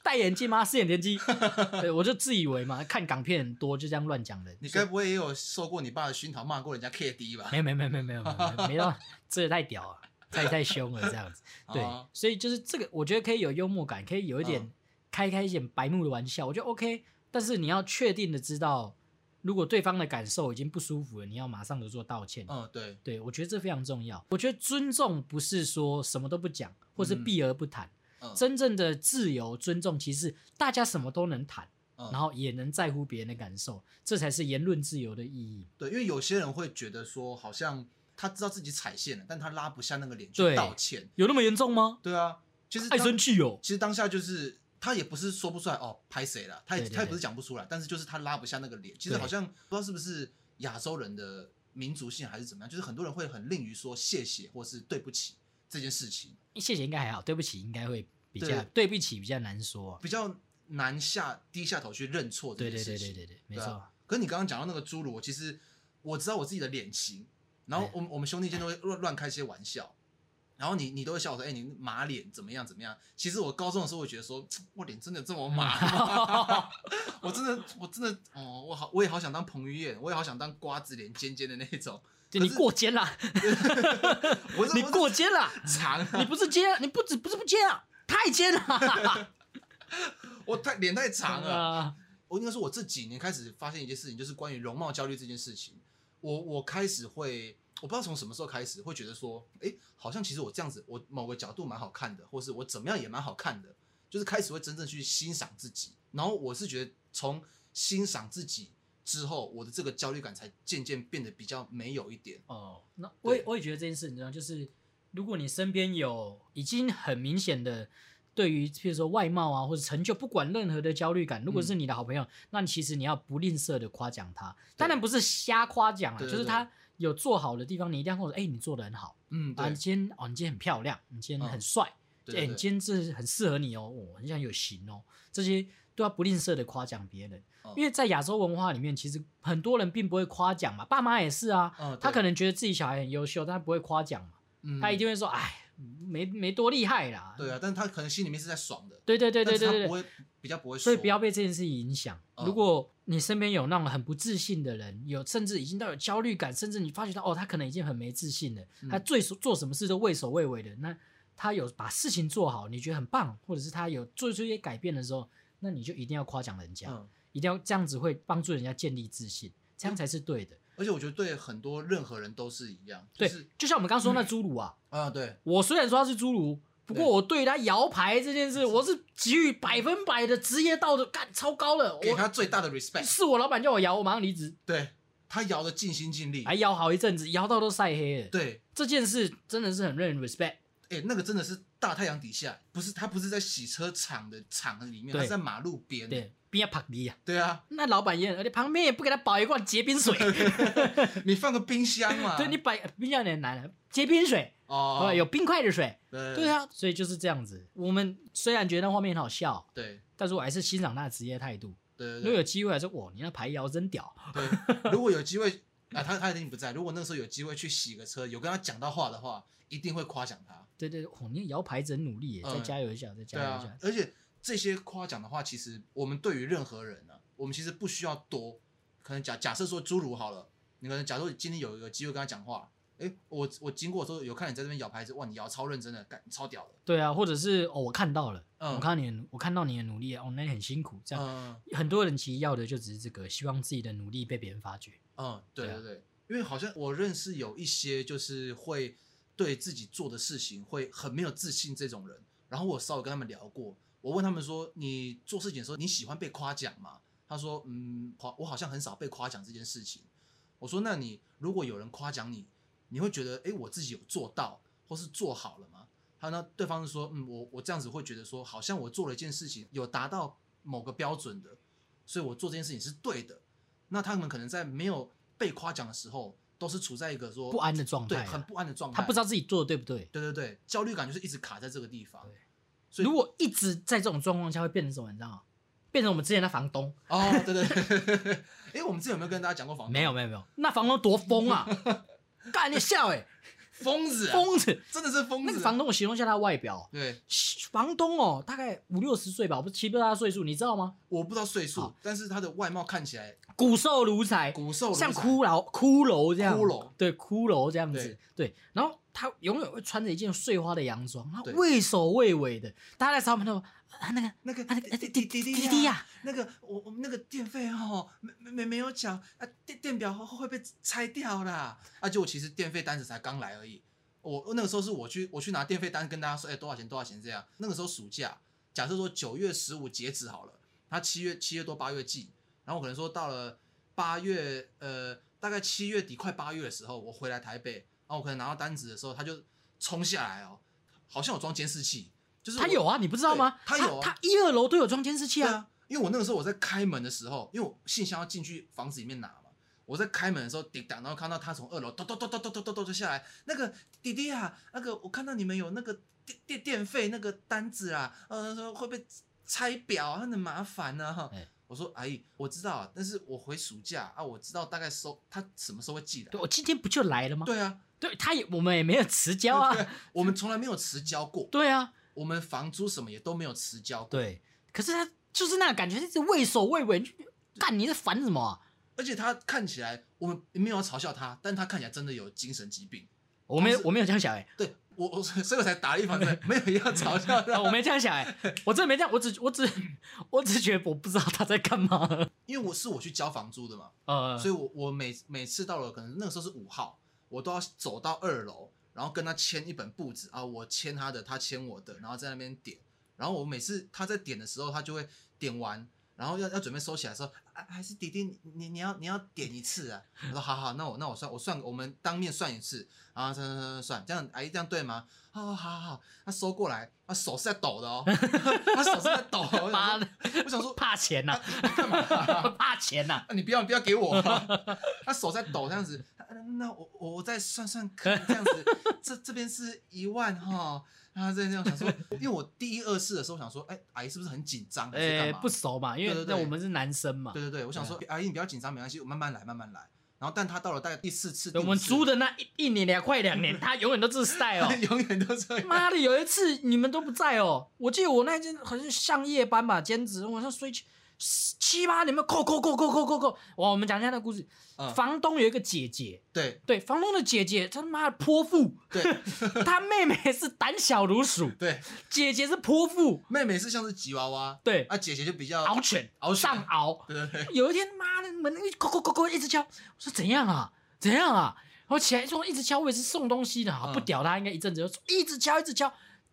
[SPEAKER 1] 戴眼镜吗？四眼田鸡，对我就自以为嘛，看港片很多就这样乱讲人。
[SPEAKER 2] 你该不会也有受过你爸的熏陶，骂过人家 K D 吧？
[SPEAKER 1] 没有没有没有没有没有没有没到，这也太屌了，太太凶了这样子。对
[SPEAKER 2] 啊，
[SPEAKER 1] 所以就是这个，我觉得可以有幽默感，可以有一点
[SPEAKER 2] 嗯
[SPEAKER 1] 开开一点白目的玩笑，我觉得 OK。但是你要确定的知道，如果对方的感受已经不舒服了，你要马上的做道歉。
[SPEAKER 2] 嗯，对，
[SPEAKER 1] 对，我觉得这非常重要。我觉得尊重不是说什么都不讲，或是
[SPEAKER 2] 嗯
[SPEAKER 1] 避而不谈。
[SPEAKER 2] 嗯，
[SPEAKER 1] 真正的自由尊重，其实是大家什么都能谈，
[SPEAKER 2] 嗯
[SPEAKER 1] 然后也能在乎别人的感受，这才是言论自由的意义。
[SPEAKER 2] 对，因为有些人会觉得说，好像他知道自己踩线了，但他拉不下那个脸去
[SPEAKER 1] 对
[SPEAKER 2] 道歉。
[SPEAKER 1] 有那么严重吗？
[SPEAKER 2] 对啊，其实
[SPEAKER 1] 爱
[SPEAKER 2] 当
[SPEAKER 1] 生气哦。
[SPEAKER 2] 其实当下就是他也不是说不出来哦，拍谁了，他也
[SPEAKER 1] 对对
[SPEAKER 2] 他也
[SPEAKER 1] 对
[SPEAKER 2] 不是讲不出来，但是就是他拉不下那个脸。其实
[SPEAKER 1] 对
[SPEAKER 2] 好像不知道是不是亚洲人的民族性还是怎么样，就是很多人会很吝于说谢谢或是对不起这件事情，
[SPEAKER 1] 谢谢应该还好，对不起应该会比较对不起比较难说。啊
[SPEAKER 2] 比较难下低下头去认错这
[SPEAKER 1] 对对
[SPEAKER 2] 件事
[SPEAKER 1] 对
[SPEAKER 2] 情
[SPEAKER 1] 对。对对，没
[SPEAKER 2] 对
[SPEAKER 1] 错
[SPEAKER 2] 啊。可是你刚刚讲到那个侏儒，我其实我知道我自己的脸型，然后
[SPEAKER 1] 对
[SPEAKER 2] 我们我们兄弟间都会乱乱开一些玩笑，然后你你都会笑我说，哎、你马脸怎么样怎么样？其实我高中的时候，我觉得说，嘖我脸真的这么马吗？ 我真的我真的哦，我好我也好想当彭于晏，我也好想当瓜子脸尖尖的那种，
[SPEAKER 1] 就你
[SPEAKER 2] 可是
[SPEAKER 1] 过肩啦，
[SPEAKER 2] 我是
[SPEAKER 1] 你
[SPEAKER 2] 我是
[SPEAKER 1] 过肩啦，
[SPEAKER 2] 长啊、
[SPEAKER 1] 你不是肩啊，你不止不是不肩啊，太肩了。
[SPEAKER 2] 我太脸太 长了。
[SPEAKER 1] 啊，
[SPEAKER 2] 我哦应该说我这几年开始发现一件事情，就是关于容貌焦虑这件事情。我我开始会，我不知道从什么时候开始会觉得说，哎、好像其实我这样子，我某个角度蛮好看的，或是我怎么样也蛮好看的，就是开始会真正去欣赏自己。然后我是觉得从欣赏自己之后，我的这个焦虑感才渐渐变得比较没有一点。
[SPEAKER 1] 哦，那我也
[SPEAKER 2] 对
[SPEAKER 1] 我也觉得这件事，你知道，就是如果你身边有已经很明显的对于，譬如说外貌啊或者成就，不管任何的焦虑感，如果
[SPEAKER 2] 嗯
[SPEAKER 1] 是你的好朋友，那其实你要不吝啬的夸奖他，当然不是瞎夸奖啊，
[SPEAKER 2] 对对
[SPEAKER 1] 就是
[SPEAKER 2] 对
[SPEAKER 1] 他有做好的地方，你一定要跟我说，哎、你做的很好
[SPEAKER 2] 嗯，
[SPEAKER 1] 啊，
[SPEAKER 2] 对
[SPEAKER 1] 你，今天哦，你今天很漂亮，你今天
[SPEAKER 2] 嗯
[SPEAKER 1] 很帅，哎、
[SPEAKER 2] 对
[SPEAKER 1] 你
[SPEAKER 2] 对对，
[SPEAKER 1] 今天这很适合你哦，我、很想有型哦，这些都要不吝啬的夸奖别人，
[SPEAKER 2] 嗯
[SPEAKER 1] 因为在亚洲文化里面，其实很多人并不会夸奖嘛，爸妈也是啊，
[SPEAKER 2] 嗯，
[SPEAKER 1] 他可
[SPEAKER 2] 能
[SPEAKER 1] 能觉得自己小孩很优秀，但他不会夸奖嘛，他一定会说，哎，没没多厉害啦，
[SPEAKER 2] 嗯对啊，但是他可能心里面是在爽的，
[SPEAKER 1] 对对对对
[SPEAKER 2] 但是
[SPEAKER 1] 对
[SPEAKER 2] 他不
[SPEAKER 1] 对，
[SPEAKER 2] 会比较不会说，
[SPEAKER 1] 所以不要被这件事情影响。
[SPEAKER 2] 嗯
[SPEAKER 1] 如果你身边有那种很不自信的人，有甚至已经到有焦虑感，甚至你发觉到哦，他可能已经很没自信了，
[SPEAKER 2] 嗯
[SPEAKER 1] 他最做什么事都畏首畏尾的，那他有把事情做好，你觉得很棒，或者是他有做出一些改变的时候，那你就一定要夸奖人家，
[SPEAKER 2] 嗯，
[SPEAKER 1] 一定要这样子会帮助人家建立自信，这样才是对的。
[SPEAKER 2] 而且我觉得对很多任何人都是一样，就
[SPEAKER 1] 对
[SPEAKER 2] 是，嗯
[SPEAKER 1] 就像我们刚说那侏儒啊。
[SPEAKER 2] 啊，对，
[SPEAKER 1] 我虽然说他是侏儒，不过我对他摇牌这件事，我是给予百分百的职业道德，干超高了。
[SPEAKER 2] 给
[SPEAKER 1] 我
[SPEAKER 2] 他最大的 respect。
[SPEAKER 1] 是我老板叫我摇，我马上离职，
[SPEAKER 2] 对他摇的尽心尽力
[SPEAKER 1] 还，摇好一阵子，摇到都晒黑了。
[SPEAKER 2] 对，
[SPEAKER 1] 这件事真的是很让人 respect。
[SPEAKER 2] 哎、那个真的是大太阳底下，不是他不是在洗车场的场里面，
[SPEAKER 1] 对
[SPEAKER 2] 他是在马路边。
[SPEAKER 1] 对，边旁边啊，
[SPEAKER 2] 对啊，
[SPEAKER 1] 那老板也很，而且旁边也不给他保一罐结冰水，
[SPEAKER 2] 你放个冰箱嘛。
[SPEAKER 1] 对你摆冰箱有点难了，结冰水，
[SPEAKER 2] 啊哦
[SPEAKER 1] 哦，，有冰块的水，
[SPEAKER 2] 对
[SPEAKER 1] 对啊，所以就是这样子。我们虽然觉得那画面很好笑，
[SPEAKER 2] 对
[SPEAKER 1] 但是我还是欣赏他的职业态度。
[SPEAKER 2] 对对
[SPEAKER 1] 如果
[SPEAKER 2] 对
[SPEAKER 1] 有机会，还是哇，你那牌摇真屌，
[SPEAKER 2] 对，如果有机会啊，他他一定不在。如果那时候有机会去洗个车，有跟他讲到话的话，一定会夸奖他。
[SPEAKER 1] 对对，哦，你摇牌真努力耶，
[SPEAKER 2] 嗯
[SPEAKER 1] 再加油一下，再
[SPEAKER 2] 对
[SPEAKER 1] 加油一
[SPEAKER 2] 啊
[SPEAKER 1] 下，，
[SPEAKER 2] 而且这些夸奖的话，其实我们对于任何人呢、我们其实不需要多。可能假假设说侏儒好了，你可能假如今天有一个机会跟他讲话，哎、我我经过的时候有看你在这边摇牌子，哇，你摇超认真的，干你超屌的，
[SPEAKER 1] 对啊，或者是哦，我看到了，
[SPEAKER 2] 嗯
[SPEAKER 1] 我看到你很，我看到你的努力，哦，那你很辛苦，这样。
[SPEAKER 2] 嗯
[SPEAKER 1] 很多人其实要的就只是这个，希望自己的努力被别人发掘。
[SPEAKER 2] 嗯，对
[SPEAKER 1] 对啊
[SPEAKER 2] 对对，因为好像我认识有一些就是会对自己做的事情会很没有自信这种人，然后我稍微跟他们聊过，我问他们说，你做事情的时候你喜欢被夸奖吗？他说，嗯，夸我好像很少被夸奖这件事情。我说，那你如果有人夸奖你，你会觉得，诶，我自己有做到或是做好了吗？他呢，对方是说，嗯，我我这样子会觉得说，好像我做了一件事情有达到某个标准的，所以我做这件事情是对的。那他们可能在没有被夸奖的时候，都是处在一个说
[SPEAKER 1] 不安的状
[SPEAKER 2] 对
[SPEAKER 1] 态啊
[SPEAKER 2] 很不安的状态，
[SPEAKER 1] 他不知道自己做的对不对。
[SPEAKER 2] 对对对，焦虑感就是一直卡在这个地方
[SPEAKER 1] 对。
[SPEAKER 2] 所以
[SPEAKER 1] 如果一直在这种状况下，会变成什么？你知道吗？变成我们之前的房东。
[SPEAKER 2] 哦，对对对， 哎、我们之前有没有跟大家讲过房东？
[SPEAKER 1] 没有没有没有，那房东多疯 啊！干你笑哎、
[SPEAKER 2] 疯子、啊，
[SPEAKER 1] 疯子！
[SPEAKER 2] 真的是疯子啊、
[SPEAKER 1] 那个房东，我形容一下他的外表，
[SPEAKER 2] 对，
[SPEAKER 1] 房东哦，大概五六十岁吧，我不七八他岁数，你知道吗？
[SPEAKER 2] 我不知道岁数
[SPEAKER 1] 好，
[SPEAKER 2] 但是他的外貌看起来
[SPEAKER 1] 骨瘦如柴，
[SPEAKER 2] 骨瘦如柴
[SPEAKER 1] 像骷髅骷髅这样，
[SPEAKER 2] 骷髅
[SPEAKER 1] 对骷髅这样子，对。然后他永远会穿着一件碎花的洋装，他
[SPEAKER 2] 对
[SPEAKER 1] 畏首畏尾的。大家在上面都啊那个
[SPEAKER 2] 那个
[SPEAKER 1] 啊那个滴
[SPEAKER 2] 滴
[SPEAKER 1] 滴
[SPEAKER 2] 滴滴
[SPEAKER 1] 滴
[SPEAKER 2] 滴
[SPEAKER 1] 滴
[SPEAKER 2] 呀，
[SPEAKER 1] 呀，
[SPEAKER 2] 那个我我们那个电费哦，没没没没有缴啊，电电表会会被拆掉啦。啊，就我其实电费单子才刚来而已，我那个时候是我去我去拿电费单跟大家说，哎、多少钱多少钱这样。那个时候暑假，假设说九月十五截止好了，他七月七月多八月寄，然后我可能说到了八月呃大概七月底快八月的时候，我回来台北，然后我可能拿到单子的时候，他就冲下来哦，好像有装监视器。就是
[SPEAKER 1] 他
[SPEAKER 2] 我
[SPEAKER 1] 有啊，你不知道吗？
[SPEAKER 2] 对他有啊
[SPEAKER 1] 他一二楼都有装监视器
[SPEAKER 2] 对
[SPEAKER 1] 啊。
[SPEAKER 2] 啊，因为我那个时候我在开门的时候，因为我信箱要进去房子里面拿嘛，我在开门的时候滴答，然后看到他从二楼咚咚咚咚咚咚咚咚就下来，那个弟弟啊，那个我看到你们有那个电电电费那个单子啊，呃，说会被拆表啊，很麻烦呢、哈。
[SPEAKER 1] 哎
[SPEAKER 2] 我说阿姨，我知道啊，但是我回暑假啊，我知道大概收他什么时候会寄来
[SPEAKER 1] 对，。我今天不就来了吗？
[SPEAKER 2] 对啊，
[SPEAKER 1] 对，他也我们也没有迟交啊。
[SPEAKER 2] 我们从来没有迟交过，
[SPEAKER 1] 对啊，
[SPEAKER 2] 我们房租什么也都没有迟交过。
[SPEAKER 1] 对，可是他就是那个感觉，一直畏首畏尾，你就干你在烦什么啊、
[SPEAKER 2] 而且他看起来，我们没有要嘲笑他，但他看起来真的有精神疾病。
[SPEAKER 1] 我没有
[SPEAKER 2] 他是
[SPEAKER 1] 我没有这样想 哎、
[SPEAKER 2] 对我，我所以我才打了一防针，没有要嘲笑
[SPEAKER 1] 啊
[SPEAKER 2] 他。
[SPEAKER 1] 我没这样想哎、我真的没这样，我只我只我只觉得我不知道他在干嘛。
[SPEAKER 2] 因为我是我去交房租的嘛，
[SPEAKER 1] 呃，
[SPEAKER 2] 所以我我每每次到了，可能那个时候是五号，我都要走到二楼，然后跟他签一本簿子啊，我签他的，他签我的，然后在那边点。然后我每次他在点的时候，他就会点完，然后要要准备收起来的时候，啊、还是弟弟你你你要你要点一次啊。我说好好，那我那我算我算我们当面算一次，然后算算算算，这样阿姨这样对吗？哦，好好好，他收过来，他手是在抖的哦， 他手是在抖哦。我
[SPEAKER 1] 妈
[SPEAKER 2] 想
[SPEAKER 1] 的
[SPEAKER 2] 说，我想说
[SPEAKER 1] 怕钱呐、
[SPEAKER 2] 你干嘛、
[SPEAKER 1] 怕钱呐、
[SPEAKER 2] 啊，你不要不要给我、 啊，他手在抖这样子，啊那我我我再算算看这样子，这这边是一万哈，然后在那样想说，因为我第一二次的时候想说，哎、阿姨是不是很紧张还是
[SPEAKER 1] 呃
[SPEAKER 2] 干，嘛？
[SPEAKER 1] 不哎熟嘛，因为
[SPEAKER 2] 对对
[SPEAKER 1] 那
[SPEAKER 2] 对
[SPEAKER 1] 我们是男生嘛，
[SPEAKER 2] 对对对，我想说，阿姨你不要紧张，没关系，我慢慢来，慢慢来。然后但他到了大概第四次，
[SPEAKER 1] 我们租
[SPEAKER 2] 的
[SPEAKER 1] 的那一一年两快两 年，他永远都这 style 哦。
[SPEAKER 2] 永远都这样，
[SPEAKER 1] 妈的，有一次你们都不在哦，我记得我那天好像上夜班吧，兼职，晚上睡去七八点，扣扣扣扣扣扣扣。哇，我们讲一下那故事。
[SPEAKER 2] 嗯
[SPEAKER 1] 房东有一个姐姐，
[SPEAKER 2] 对
[SPEAKER 1] 对，房东的姐姐，她妈的泼 妇，
[SPEAKER 2] 对
[SPEAKER 1] 她妹妹是胆小如鼠，
[SPEAKER 2] 对，
[SPEAKER 1] 姐姐是泼妇，
[SPEAKER 2] 妹妹是像是吉娃娃，
[SPEAKER 1] 对，
[SPEAKER 2] 啊姐姐就比较，
[SPEAKER 1] 獒犬，
[SPEAKER 2] 獒犬
[SPEAKER 1] 上獒。
[SPEAKER 2] 对对对，
[SPEAKER 1] 有一天，妈的门一扣扣扣扣一直敲，我说怎样啊，怎样啊？然后起来说一直敲，我也是送东西的，好
[SPEAKER 2] 嗯
[SPEAKER 1] 不屌他，应该一阵子就说一直敲一直敲，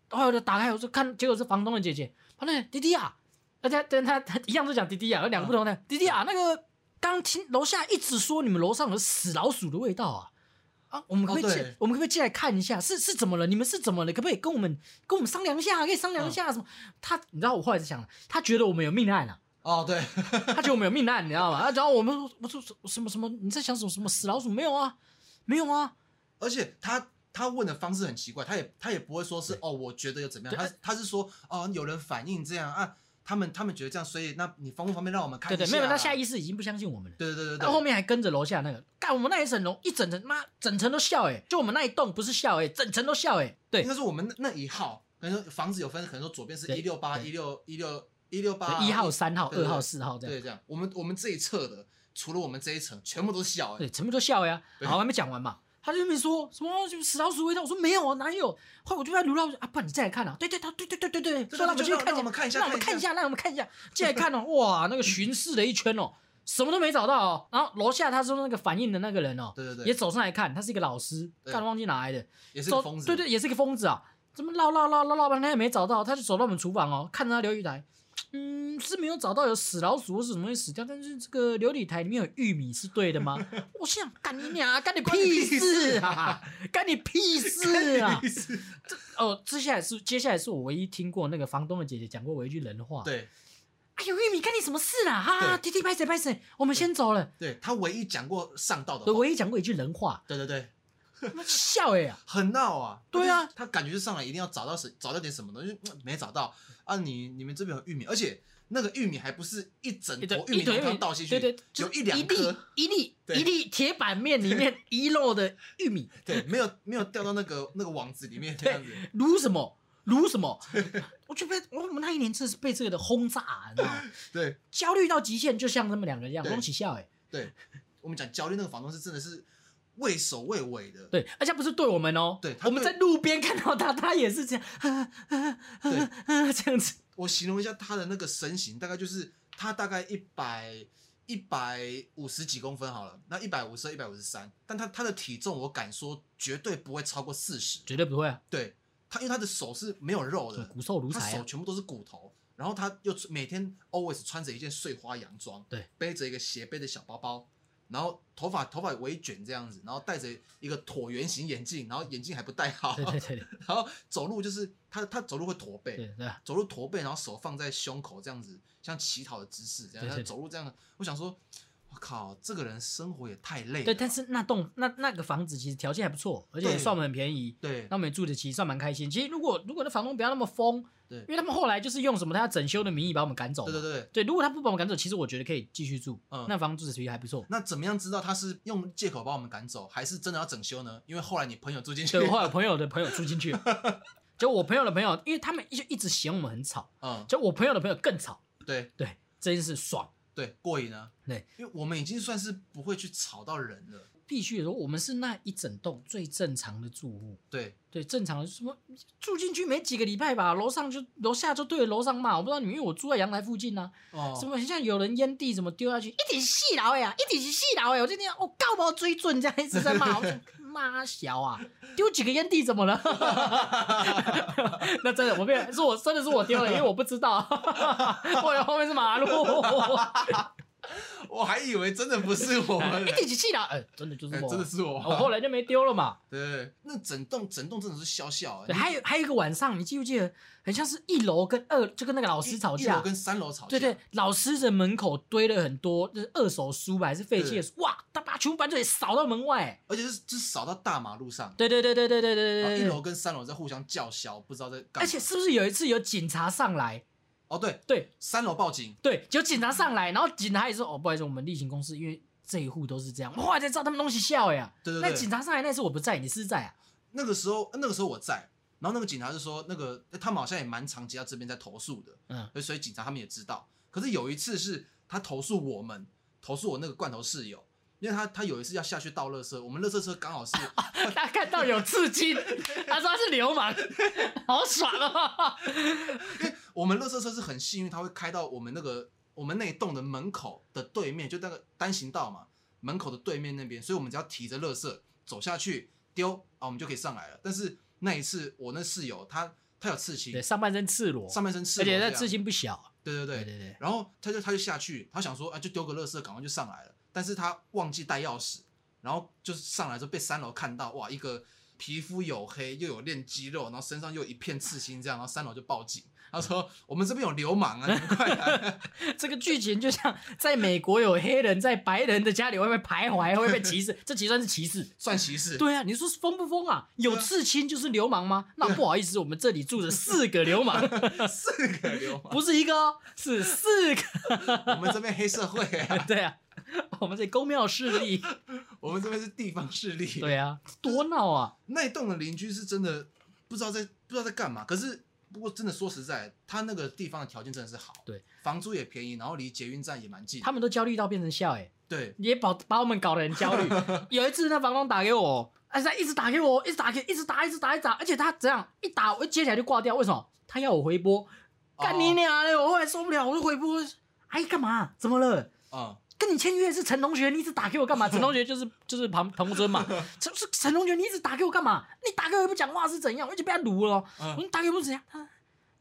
[SPEAKER 1] 后来我就打开，我就看，结果是房东的姐姐，房东的姐弟弟啊，而且跟他他一样都讲弟弟啊，有两个不同
[SPEAKER 2] 嗯
[SPEAKER 1] 的、弟弟啊，那个刚听楼下一直说你们楼上有死老鼠的味道啊。啊，我们可不可以
[SPEAKER 2] 哦
[SPEAKER 1] 进、
[SPEAKER 2] 对
[SPEAKER 1] 我们可不可以进来看一下？是是怎么了？你们是怎么了？可不可以跟我们跟我们商量一下？可以商量一下、什么？他你知道我后来是想，他觉得我们有命案啊，
[SPEAKER 2] 哦，对，
[SPEAKER 1] 他觉得我们有命案，你知道吗？啊然后我们说我说什么什么？你在想什么什么死老鼠？没有啊，没有啊。
[SPEAKER 2] 而且他他问的方式很奇怪，他也他也不会说是
[SPEAKER 1] 对
[SPEAKER 2] 哦，我觉得有怎么样，
[SPEAKER 1] 对哎
[SPEAKER 2] 他他是说哦，有人反映这样啊，他们他们觉得这样，所以那你方不方便让我们看
[SPEAKER 1] 对
[SPEAKER 2] 一下
[SPEAKER 1] 对，
[SPEAKER 2] 啊？
[SPEAKER 1] 没有，他下意识已经不相信我们了。
[SPEAKER 2] 对对对对
[SPEAKER 1] 然后后
[SPEAKER 2] 对，
[SPEAKER 1] 面还跟着楼下那个，干我们那一层楼一整层，妈整层都笑哎、就我们那一栋不是笑哎、整层都笑哎、对
[SPEAKER 2] 应该说我们那那一号，可能说房子有分，可能说左边是
[SPEAKER 1] 对
[SPEAKER 2] 一六八、
[SPEAKER 1] 对
[SPEAKER 2] 一六一六一六八
[SPEAKER 1] 对，一号、三号、
[SPEAKER 2] 啊对对
[SPEAKER 1] 二
[SPEAKER 2] 对
[SPEAKER 1] 号、四号这样，
[SPEAKER 2] 对这样，我们我们这一侧的，除了我们这一层，全部都是小、欸，
[SPEAKER 1] 对，全部都笑呀、
[SPEAKER 2] 对
[SPEAKER 1] 好，还没讲完嘛，他就那边说什么就死老鼠味道，我说没有啊，哪有？后来我就在撸到啊，不然你再来看啊，对对对对对对对对，
[SPEAKER 2] 对
[SPEAKER 1] 说让我们
[SPEAKER 2] 就
[SPEAKER 1] 进去
[SPEAKER 2] 让
[SPEAKER 1] 看
[SPEAKER 2] 让我们看一下
[SPEAKER 1] 让我们看
[SPEAKER 2] 看
[SPEAKER 1] 一
[SPEAKER 2] 一
[SPEAKER 1] 下，让我们看一下，进来看哦， 哇，那个巡视了一圈哦，什么都没找到哦，然后楼下他说那个反应的那个人哦，
[SPEAKER 2] 对对对，
[SPEAKER 1] 也走上来看，他是一个老师，
[SPEAKER 2] 对
[SPEAKER 1] 干忘记哪来的，
[SPEAKER 2] 也是
[SPEAKER 1] 走，
[SPEAKER 2] 个疯子，
[SPEAKER 1] 对对，也是个疯子啊！怎么绕绕绕绕绕半天也没找到，他就走到我们厨房哦，看着那琉璃台，嗯，是没有找到有死老鼠或是什么东西死掉，但是这个琉璃台里面有玉米是对的吗？ 我心想干你娘，啊干你
[SPEAKER 2] 关你
[SPEAKER 1] 屁
[SPEAKER 2] 屁
[SPEAKER 1] 事
[SPEAKER 2] 事
[SPEAKER 1] 啊，干你屁事啊
[SPEAKER 2] 意！思，
[SPEAKER 1] 哦，接下来是接下来是我唯一听过那个房东的姐姐讲过我一句人话，，
[SPEAKER 2] 对
[SPEAKER 1] 哎呦，玉米干你什么事啦？哈、啊，弟弟拍谁拍谁，我们先走了。
[SPEAKER 2] 对，他唯一讲过上道的
[SPEAKER 1] 我
[SPEAKER 2] 话，
[SPEAKER 1] 唯一讲过一句人话，
[SPEAKER 2] 对对对，
[SPEAKER 1] 他妈笑哎、欸、
[SPEAKER 2] 很闹啊，
[SPEAKER 1] 对啊，
[SPEAKER 2] 他感觉是上来一定要找到什找到点什么东西，嗯没找到啊，你你们这边有玉米，而且那个玉米还不是一整
[SPEAKER 1] 一
[SPEAKER 2] 坨
[SPEAKER 1] 堆
[SPEAKER 2] 玉米
[SPEAKER 1] 一堆
[SPEAKER 2] 浓汤倒进去，
[SPEAKER 1] 对对，就
[SPEAKER 2] 有
[SPEAKER 1] 是
[SPEAKER 2] 一两
[SPEAKER 1] 粒
[SPEAKER 2] 颗，
[SPEAKER 1] 一粒
[SPEAKER 2] 对
[SPEAKER 1] 一粒铁板面里 面遗漏的玉米，
[SPEAKER 2] 对，没有没有掉到那个那个网子里面这样子，
[SPEAKER 1] 卤什么卤什么， 我就被我们那一年真的是被这个的轰炸啊，你知道吗？
[SPEAKER 2] 对
[SPEAKER 1] 焦虑到极限，就像他们两个一样，
[SPEAKER 2] 对
[SPEAKER 1] 光起笑哎，
[SPEAKER 2] 对，我们讲焦虑那个房东是真的是畏首畏尾的，
[SPEAKER 1] 对，而且不是对我们哦，
[SPEAKER 2] 对他
[SPEAKER 1] 我们在
[SPEAKER 2] 对
[SPEAKER 1] 路边看到他，他也是这样，啊啊啊啊 这样子，
[SPEAKER 2] 我形容一下他的那个身形，大概就是他大概一百一百五十几公分好了，那一百五十一百五十三，但他他的体重我敢说绝对不会超过四十，
[SPEAKER 1] 绝对不会啊，
[SPEAKER 2] 对他，因为他的手是没有肉的，
[SPEAKER 1] 骨瘦如
[SPEAKER 2] 他
[SPEAKER 1] 柴
[SPEAKER 2] 手
[SPEAKER 1] 啊，
[SPEAKER 2] 全部都是骨头，然后他又每天 always 穿着一件碎花洋装，
[SPEAKER 1] 对，
[SPEAKER 2] 背着一个斜背的小包包，然后头发头发微卷这样子，然后戴着一个椭圆形眼镜，然后眼镜还不戴好，
[SPEAKER 1] 对对对对
[SPEAKER 2] 然后走路就是他他走路会驼背，
[SPEAKER 1] 对对啊，
[SPEAKER 2] 走路驼背，然后手放在胸口这样子，像乞讨的姿势这样，
[SPEAKER 1] 对对
[SPEAKER 2] 他
[SPEAKER 1] 对
[SPEAKER 2] 走路这样，我想说，我靠，这个人生活也太累了吧。
[SPEAKER 1] 对，但是那栋那那个房子其实条件还不错，而且也
[SPEAKER 2] 啊对
[SPEAKER 1] 算我们很便宜，
[SPEAKER 2] 对
[SPEAKER 1] 那我们也住的其实算蛮开心。其实如果如果那房东不要那么疯，
[SPEAKER 2] 对
[SPEAKER 1] 因为他们后来就是用什么他要整修的名义把我们赶走嘛，
[SPEAKER 2] 对对对，
[SPEAKER 1] 对如果他不把我们赶走，其实我觉得可以继续住，
[SPEAKER 2] 嗯
[SPEAKER 1] 那房子其实还不错。
[SPEAKER 2] 那怎么样知道他是用借口把我们赶走，还是真的要整修呢？因为后来你朋友住进去，
[SPEAKER 1] 对，我后来朋友的朋友住进 去了，就我朋友的朋友，因为他们就一直嫌我们很吵，
[SPEAKER 2] 嗯，
[SPEAKER 1] 就我朋友的朋友更吵，
[SPEAKER 2] 对
[SPEAKER 1] 对这件事爽。
[SPEAKER 2] 对，过瘾啊。
[SPEAKER 1] 对，
[SPEAKER 2] 因为我们已经算是不会去吵到人了。
[SPEAKER 1] 必须说，我们是那一整栋最正常的住户，
[SPEAKER 2] 对，
[SPEAKER 1] 对正常的什么住进去没几个礼拜吧，楼上就楼下就对着楼上骂，我不知道你们，因为我住在阳台附近啊，
[SPEAKER 2] 哦，
[SPEAKER 1] 什么像有人烟蒂怎么丢下去，一点细劳哎啊，一点细劳哎，我就那样我告不追准这样一直在骂，我说妈小啊，丢几个烟蒂怎么了？ 那真的我被是我真的是我丢了，因为我不知道， 后来后面是马路，
[SPEAKER 2] 我还以为真的不是我们
[SPEAKER 1] 一
[SPEAKER 2] 嘞，
[SPEAKER 1] 点细劳哎，真的就是
[SPEAKER 2] 哎
[SPEAKER 1] 我，哦
[SPEAKER 2] 真的是我。
[SPEAKER 1] 我后来就没丢了嘛。
[SPEAKER 2] 对，那整栋整栋真的是笑笑啊。
[SPEAKER 1] 对，
[SPEAKER 2] 你
[SPEAKER 1] 还有还有一个晚上，你记不记得，很像是一楼跟二就跟那个老师吵
[SPEAKER 2] 一楼
[SPEAKER 1] 架，
[SPEAKER 2] 跟三楼吵架，
[SPEAKER 1] 对对，老师的门口堆了很多就是二手书吧，还是废弃的
[SPEAKER 2] 对
[SPEAKER 1] 书，哇，他把全部搬出来扫到门外。哎
[SPEAKER 2] 而且是是扫到大马路上，
[SPEAKER 1] 对对对对对对对
[SPEAKER 2] 然后
[SPEAKER 1] 对
[SPEAKER 2] 一
[SPEAKER 1] 对
[SPEAKER 2] 楼
[SPEAKER 1] 对。
[SPEAKER 2] 跟三楼在互相叫嚣，不知道在干嘛。
[SPEAKER 1] 而且是不是有一次有警察上来？
[SPEAKER 2] 哦，对，
[SPEAKER 1] 对
[SPEAKER 2] 三楼报警，
[SPEAKER 1] 对，有警察上来，然后警察也说：“哦，不好意思，我们例行公事，因为这一户都是这样。”哇，才知道他们东西笑呀。
[SPEAKER 2] 对对对。
[SPEAKER 1] 那警察上来那次我不在，你是 在啊？
[SPEAKER 2] 那个时候，呃那个时候我在，然后那个警察就说，那个呃他们好像也蛮常接到这边在投诉的，
[SPEAKER 1] 嗯，
[SPEAKER 2] 所以警察他们也知道。可是有一次是他投诉我们，投诉我那个罐头室友，因为他他有一次要下去倒垃圾，我们垃圾车刚 好是
[SPEAKER 1] 他看到有刺激，他说他是流 氓，好爽哦。
[SPEAKER 2] 我们垃圾车是很幸运，它会开到我们那个我们那一栋的门口的对面，就那个单行道嘛，门口的对面那边，所以我们只要提着垃圾走下去丢啊，我们就可以上来了。但是那一次我那室友他他有刺青
[SPEAKER 1] 对，，上半身赤裸，
[SPEAKER 2] 上半身赤
[SPEAKER 1] 而
[SPEAKER 2] 裸这
[SPEAKER 1] 且
[SPEAKER 2] 样，
[SPEAKER 1] 那刺青不小，
[SPEAKER 2] 对对
[SPEAKER 1] 对
[SPEAKER 2] 对
[SPEAKER 1] 对对，
[SPEAKER 2] 然后他就他就下去，他想说啊，就丢个垃圾，赶快就上来了。但是他忘记带钥匙，然后就是上来之后被三楼看到，哇，一个皮肤黝黑又有练肌肉，然后身上又有一片刺青，这样，然后三楼就报警。他说：“我们这边有流氓啊，你们快来
[SPEAKER 1] 这个剧情就像在美国有黑人在白人的家里会被徘徊，会被 歧视，这其实算是歧视。
[SPEAKER 2] 算歧视。”
[SPEAKER 1] 对啊，你说疯不疯啊？有
[SPEAKER 2] 对啊
[SPEAKER 1] 刺青就是流氓吗？那不好意思，我们这里住着四个流 氓，
[SPEAKER 2] 四个流氓，
[SPEAKER 1] 不是一个哦，是四 个。
[SPEAKER 2] 我们这边黑社会啊，
[SPEAKER 1] 对啊，我们这公庙势力，
[SPEAKER 2] 我们这边是地方势力。
[SPEAKER 1] 对啊，多闹啊！
[SPEAKER 2] 那一栋的邻居是真的不知道在不知道在干嘛。可是不过真的说实在，他那个地方的条件真的是好，
[SPEAKER 1] 对，
[SPEAKER 2] 房租也便宜，然后离捷运站也蛮近。
[SPEAKER 1] 他们都焦虑到变成笑哎、
[SPEAKER 2] 对，
[SPEAKER 1] 也把把我们搞得很焦 虑。有一次，那房东打给我，而且他一直打给我，一直打给，一直打，一直打，一直打，而且他怎样一打，我一接起来就挂掉。为什么？他要我回拨，干
[SPEAKER 2] 哦
[SPEAKER 1] 你娘嘞！我后来受不了，我就回拨。哎，干嘛？怎么了？
[SPEAKER 2] 啊、
[SPEAKER 1] 跟你签约是陈同学，你一直打给我干 嘛？陈同学就是就是旁同村嘛， 陈是陈同学，你一直打给我干嘛？你打给我也不讲话是怎样？我就被他撸了哦。
[SPEAKER 2] 嗯
[SPEAKER 1] 我说你打给我是怎样？他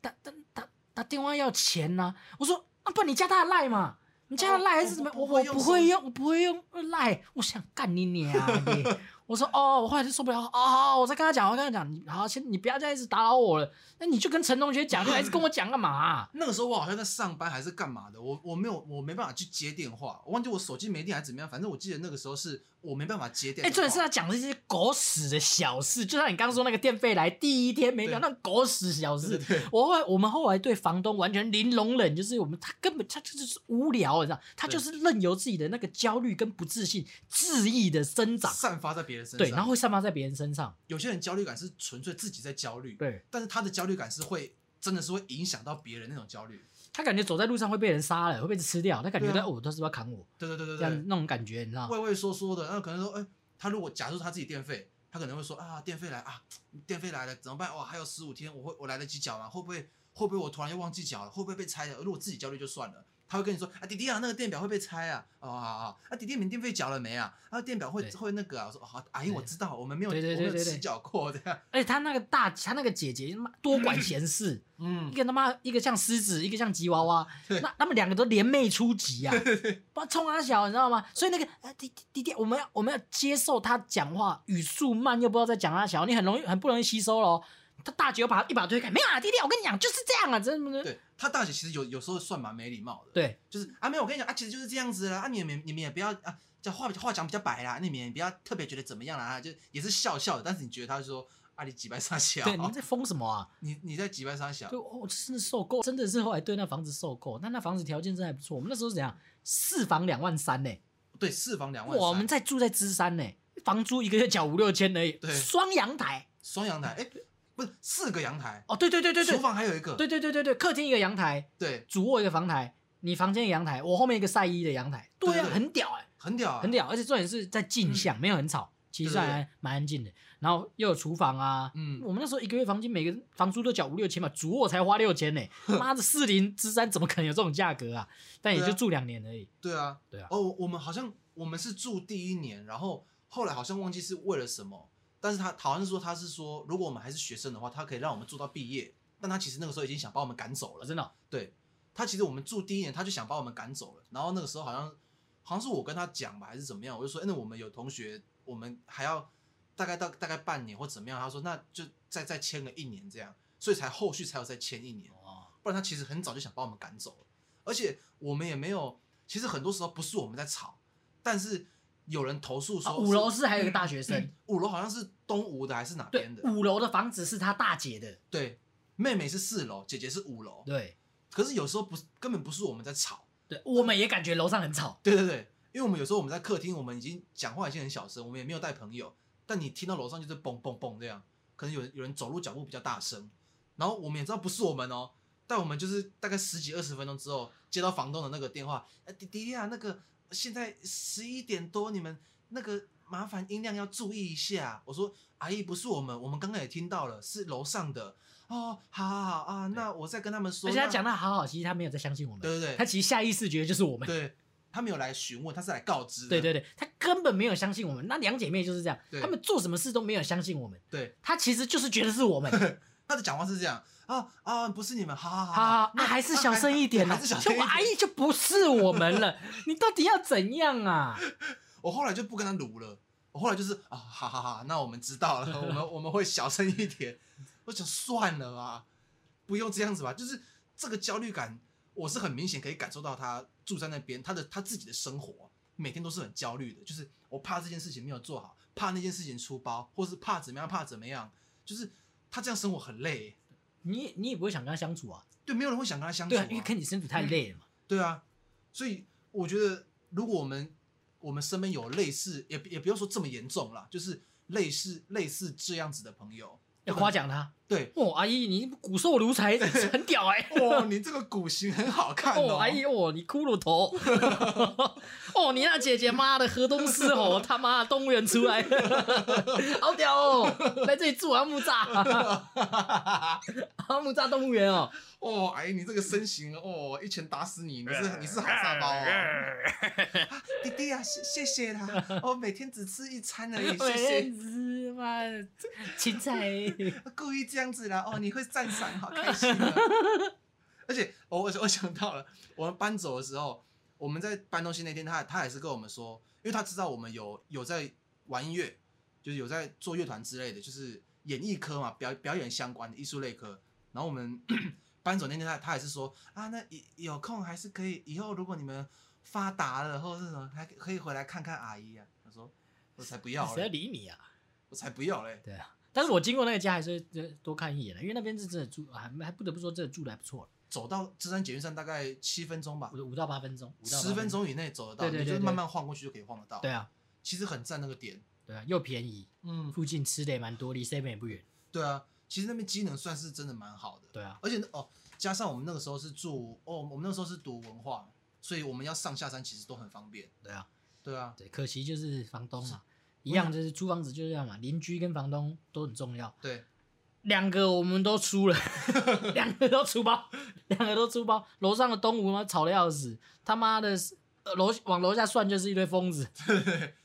[SPEAKER 1] 打打打打电话要钱呐、我说啊，不然你加他的赖嘛，你加他的赖还是什么？
[SPEAKER 2] 哦
[SPEAKER 1] 我
[SPEAKER 2] 我
[SPEAKER 1] 我
[SPEAKER 2] 我
[SPEAKER 1] 不
[SPEAKER 2] 不
[SPEAKER 1] 会
[SPEAKER 2] 会
[SPEAKER 1] 用，我不会用赖。我想干你娘的！我说哦，我后来就受不了，哦好，我再跟他讲，我跟他讲，你好，先你不要再一直打扰我了。那你就跟陈同学讲，就一直跟我讲干嘛啊、
[SPEAKER 2] 那个时候我好像在上班还是干嘛的，我我没有我没办法去接电话，我忘记我手机没电还是怎么样，反正我记得那个时候是我没办法接电哦
[SPEAKER 1] 哎、
[SPEAKER 2] 话。
[SPEAKER 1] 重点是他讲的这些狗屎的小事，就像你刚刚说那个电费来第一天没缴，
[SPEAKER 2] 对
[SPEAKER 1] 那种狗屎小
[SPEAKER 2] 对
[SPEAKER 1] 事。
[SPEAKER 2] 对 对
[SPEAKER 1] 我后来我们后来对房东完全零容忍，就是我们他根本他就是无聊，你知道，他
[SPEAKER 2] 对
[SPEAKER 1] 就是任由自己的那个焦虑跟不自信恣意的生长，
[SPEAKER 2] 散发在别人身上。
[SPEAKER 1] 对，然后会散发在别人身上，
[SPEAKER 2] 有些人焦虑感是纯粹自己在焦虑，
[SPEAKER 1] 对
[SPEAKER 2] 但是他的焦虑感是会真的是会影响到别人那种焦虑。
[SPEAKER 1] 他感觉走在路上会被人杀了，会被吃掉，他感觉
[SPEAKER 2] 对
[SPEAKER 1] 他、
[SPEAKER 2] 啊
[SPEAKER 1] 哦，他是不是要砍我，
[SPEAKER 2] 对对对对
[SPEAKER 1] 这样
[SPEAKER 2] 对，
[SPEAKER 1] 那种感觉，你知道吗。
[SPEAKER 2] 畏畏缩缩的，那可能说，哎、他如果假如他自己电费，他可能会说啊，电费来啊，电费来了怎么办？哇，还有十五天，我会我来得及缴吗？会不会会不会我突然又忘记缴了？会不会被拆了？如果自己焦虑就算了。他会跟你说啊，弟弟啊，那个电表会被拆啊，哦，好好好，啊，弟弟，你电费缴了没啊？啊，电表会
[SPEAKER 1] 对
[SPEAKER 2] 会那个啊，我说哦好，阿姨，
[SPEAKER 1] 对
[SPEAKER 2] 我知道，我们没有，
[SPEAKER 1] 对对对
[SPEAKER 2] 我没
[SPEAKER 1] 对
[SPEAKER 2] 有
[SPEAKER 1] 对
[SPEAKER 2] 迟缴过的，
[SPEAKER 1] 而且他那个大，他那个姐姐他妈多管闲事，
[SPEAKER 2] 嗯
[SPEAKER 1] 一，个他妈一个像狮子，一个像吉娃娃，
[SPEAKER 2] 对
[SPEAKER 1] 那他们两个都联袂出击啊，不冲他小，你知道吗？所以那个呃弟弟弟弟，我们要我们要接受他讲话语速慢，又不知道在讲他小，你很容易很不容易吸收咯。他大姐又把他一把推开，没有啊，弟弟，我跟你讲就是这样啊，真的
[SPEAKER 2] 对他大姐其实有有时候算蛮没礼貌的，
[SPEAKER 1] 对
[SPEAKER 2] 就是啊，没有，我跟你讲啊，其实就是这样子啦。啊，你们你们也不要啊，讲话话讲比较白啦，你们也不要特别觉得怎么样啦，啊就也是笑笑的。但是你觉得他说啊，你几百三小，
[SPEAKER 1] 对，你们在疯什么啊？
[SPEAKER 2] 你你在几百三小
[SPEAKER 1] 对，，我、哦、真的受够，真的是后来对那房子受够。那那房子条件真的还不错，我们那时候是怎样，四房两万三呢、
[SPEAKER 2] 对，四房两万三，
[SPEAKER 1] 哇我们在住在芝山呢、房租一个月缴五六千而已，
[SPEAKER 2] 对
[SPEAKER 1] 双阳台。
[SPEAKER 2] 双阳台，哎、不是四个阳台，
[SPEAKER 1] 哦，对对对对对
[SPEAKER 2] 厨，房还有一个，
[SPEAKER 1] 对对对对对，客厅一个阳台，
[SPEAKER 2] 对，
[SPEAKER 1] 主卧一个房台，你房间一个阳台，我后面一个晒衣的阳台，对
[SPEAKER 2] 对
[SPEAKER 1] 啊，
[SPEAKER 2] 对对
[SPEAKER 1] 很屌哎、
[SPEAKER 2] 很屌啊，
[SPEAKER 1] 很屌，而且重点是在静巷，没有很吵，其实
[SPEAKER 2] 对对
[SPEAKER 1] 算
[SPEAKER 2] 对
[SPEAKER 1] 还蛮安静的。然后又有厨房啊，
[SPEAKER 2] 嗯，
[SPEAKER 1] 我们那时候一个月房金每个房租都缴五六千嘛，主卧才花六千 呢，妈的，四零之三怎么可能有这种价格啊？但也
[SPEAKER 2] 对啊
[SPEAKER 1] 就住两年而已，
[SPEAKER 2] 对啊，
[SPEAKER 1] 对啊
[SPEAKER 2] 哦，我们好像我们是住第一年，然后后来好像忘记是为了什么，但是他好像是说他是说，如果我们还是学生的话，他可以让我们住到毕业，但他其实那个时候已经想把我们赶走
[SPEAKER 1] 我
[SPEAKER 2] 了。
[SPEAKER 1] 真的哦
[SPEAKER 2] 对他，其实我们住第一年，他就想把我们赶走了。然后那个时候好像好像是我跟他讲吧，还是怎么样，我就说，哎那我们有同学，我们还要大概到大概半年或怎么样。他说，那就再再签个一年这样，所以才后续才有再签一年，
[SPEAKER 1] 哦，
[SPEAKER 2] 不然他其实很早就想把我们赶走了。而且我们也没有，其实很多时候不是我们在吵，但是有人投诉说
[SPEAKER 1] 啊
[SPEAKER 2] 哦是、嗯
[SPEAKER 1] 五楼是还有一个大学生，
[SPEAKER 2] 五楼好像是东吴的还是哪
[SPEAKER 1] 对嗯
[SPEAKER 2] 边，的？
[SPEAKER 1] 五楼的房子是他大姐的，
[SPEAKER 2] 对，妹妹是四楼，姐姐是五楼。
[SPEAKER 1] 对
[SPEAKER 2] 可是有时候不是根本不是我们在吵。
[SPEAKER 1] 对，我们也感觉楼上很吵，
[SPEAKER 2] 对对对，因为我们有时候我们在客厅，我们已经讲话已经很小声，我们也没有带朋友，但你听到楼上就是嘣嘣嘣这样，可能有人有人走路脚步比较大声，然后我们也知道不是我们哦，但我们就是大概十几二十分钟之后接到房东的那个电话，呃，弟弟啊，那个现在十一点多，你们那个麻烦音量要注意一下。我说阿姨不是我们，我们刚刚也听到了，是楼上的。哦，好好好啊，那我再跟他们说。
[SPEAKER 1] 而且他
[SPEAKER 2] 那
[SPEAKER 1] 讲的好好，其实他没有在相信我们，
[SPEAKER 2] 对对对
[SPEAKER 1] 他其实下意识觉得就是我们。
[SPEAKER 2] 对，他没有来询问，他是来告知的。
[SPEAKER 1] 对对对，她根本没有相信我们。那两姐妹就是这样，
[SPEAKER 2] 对
[SPEAKER 1] 她们做什么事都没有相信我们，
[SPEAKER 2] 对，
[SPEAKER 1] 她其实就是觉得是我们。
[SPEAKER 2] 他的讲话是这样啊啊，不是你们，好好好好，
[SPEAKER 1] 啊，那还是小声一点啦，
[SPEAKER 2] 还是小
[SPEAKER 1] 就
[SPEAKER 2] 声一点
[SPEAKER 1] 阿姨就不是我们了，你到底要怎样啊？
[SPEAKER 2] 我后来就不跟他撸了，我后来就是啊，哈哈哈，那我们知道 了，我们我们会小声一点。我想算了吧，不用这样子吧，就是这个焦虑感，我是很明显可以感受到他住在那边，他的他自己的生活每天都是很焦虑的，就是我怕这件事情没有做好，怕那件事情出包，或是怕怎么样，怕怎么样，就是他这样生活很累，
[SPEAKER 1] 你你也不会想跟他相处啊？
[SPEAKER 2] 对，没有人会想跟他相处、
[SPEAKER 1] 对
[SPEAKER 2] 啊
[SPEAKER 1] 啊，因为跟你身处太累了嘛。
[SPEAKER 2] 对啊，所以我觉得，如果我们我们身边有类似，也不也不用说这么严重啦，就是类似类似这样子的朋友，
[SPEAKER 1] 要夸奖他，
[SPEAKER 2] 对，
[SPEAKER 1] 哦，阿姨你骨瘦如 柴，很屌哎、
[SPEAKER 2] 哦，你这个骨型很好看
[SPEAKER 1] 哦，
[SPEAKER 2] 哦，
[SPEAKER 1] 阿姨，哦，你骷髅头， 哦，你那姐姐，妈的，河东狮吼，哦 他妈的动物园出来， 好屌哦，来这里住阿木 栅，阿木栅动物园哦，
[SPEAKER 2] 哦，阿姨，你这个身形，哦，一拳打死你，你是你是海沙包
[SPEAKER 1] 哎
[SPEAKER 2] 哦，啊弟弟啊，谢谢谢啦，我每天只吃一餐而已， 谢谢，
[SPEAKER 1] 子妈的芹菜，
[SPEAKER 2] 故意这样子啦，哦，你会赞赏，好开心啊！而且，我我我想到了，我们搬走的时候，我们在搬东西那天，他他也是跟我们说，因为他知道我们有有在玩音乐，就是有在做乐团之类的，就是演艺科嘛，表表演相关的艺术类科。然后我们 搬走那天他，他也是说啊，那以有空还是可以，以后如果你们发达了或者是什么，还可以回来看看阿姨啊。他说我才不要
[SPEAKER 1] 谁要
[SPEAKER 2] 嘞，
[SPEAKER 1] 理 你啊？
[SPEAKER 2] 我才不要嘞。
[SPEAKER 1] 对啊，但是我经过那个家还是会多看一眼啊的，因为那边是真的住，还还不得不说真的住的还不错，
[SPEAKER 2] 走到芝山捷运站大概七分钟吧
[SPEAKER 1] 五，五到八分钟，五到八
[SPEAKER 2] 十分，钟以内走得到，
[SPEAKER 1] 对对对
[SPEAKER 2] 你
[SPEAKER 1] 对
[SPEAKER 2] 就慢慢晃过去就可以晃得到。
[SPEAKER 1] 对，啊，
[SPEAKER 2] 其实很占那个点。
[SPEAKER 1] 对啊，又便宜，
[SPEAKER 2] 嗯，
[SPEAKER 1] 附近吃的也蛮多，离 seven 也不远，
[SPEAKER 2] 对啊，其实那边机能算是真的蛮好的。
[SPEAKER 1] 对啊，
[SPEAKER 2] 而且哦，加上我们那个时候是住哦，我们那时候是读文化，所以我们要上下山其实都很方便。
[SPEAKER 1] 对啊。
[SPEAKER 2] 对啊，
[SPEAKER 1] 对，可惜就是房东嘛，一样就是租房子就是这样嘛，邻居跟房东都很重要。
[SPEAKER 2] 对，
[SPEAKER 1] 两个我们都出 了，两个都出包，两个都出包。楼上的东吴嘛吵得要死，他妈的呃楼往楼下算就是一堆疯子。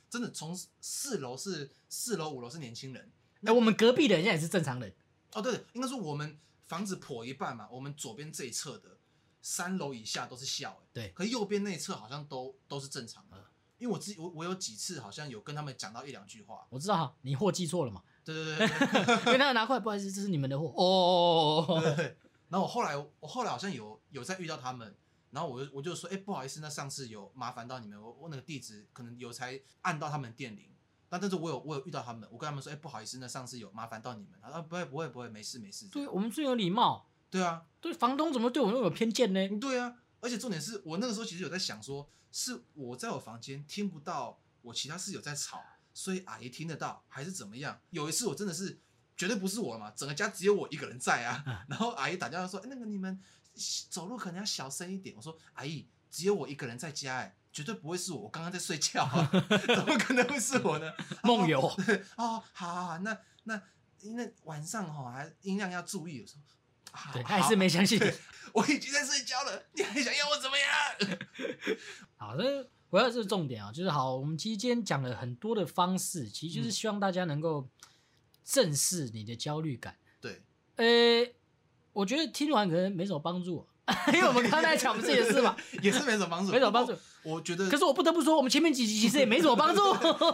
[SPEAKER 2] 真的从四楼是四楼五楼是年轻人
[SPEAKER 1] 哎、我们隔壁的人家也是正常人，
[SPEAKER 2] 哦，对，应该说我们房子破一半嘛，我们左边这一侧的三楼以下都是笑、欸，
[SPEAKER 1] 对
[SPEAKER 2] 可是右边那一侧好像都都是正常的。
[SPEAKER 1] 嗯
[SPEAKER 2] 因为我自己，我我有几次好像有跟他们讲到一两句话，
[SPEAKER 1] 我知道你货寄错了嘛，
[SPEAKER 2] 对对 对对对
[SPEAKER 1] 因为那个拿过来不好意思，这是你们的货。哦哦哦哦哦
[SPEAKER 2] 对。然后我后来我后来好像有有在遇到他们，然后我就我就说，哎、不好意思，那上次有麻烦到你们，我我那个地址可能有才按到他们电铃，但但是我有我有遇到他们，我跟他们说，哎、不好意思，那上次有麻烦到你们，他说啊不会不会不会，没事没事，
[SPEAKER 1] 对我们最有礼貌，
[SPEAKER 2] 对啊，
[SPEAKER 1] 对房东怎么对我们那么有偏见呢？
[SPEAKER 2] 对啊，而且重点是我那个时候其实有在想说，是我在我房间听不到我其他室友在吵，所以阿姨听得到，还是怎么样？有一次我真的是绝对不是我了嘛，整个家只有我一个人在
[SPEAKER 1] 嗯
[SPEAKER 2] 啊。然后阿姨打电话说，哎那个你们走路可能要小声一点。我说阿姨，只有我一个人在家、哎。绝对不会是我，我刚刚在睡觉、 啊，怎么可能会是我呢？
[SPEAKER 1] 梦游，
[SPEAKER 2] 哦，好好好，那那那晚上哈、哦，还音量要注意。我说，啊
[SPEAKER 1] 对他还是没相信。
[SPEAKER 2] 我已经在睡觉了，你还想要我怎么样？
[SPEAKER 1] 好，那回到这个重点啊，就是好，我们其实今天讲了很多的方式，其
[SPEAKER 2] 嗯
[SPEAKER 1] 实就是希望大家能够正视你的焦虑感。
[SPEAKER 2] 对，
[SPEAKER 1] 呃、我觉得听完可能没什么帮助、啊 因为我们刚才讲我们自己的事嘛。
[SPEAKER 2] 也是没什么帮助，
[SPEAKER 1] 没什么帮助
[SPEAKER 2] 不过我觉得，
[SPEAKER 1] 可是我不得不说，我们前面几集其实也没什么帮 助。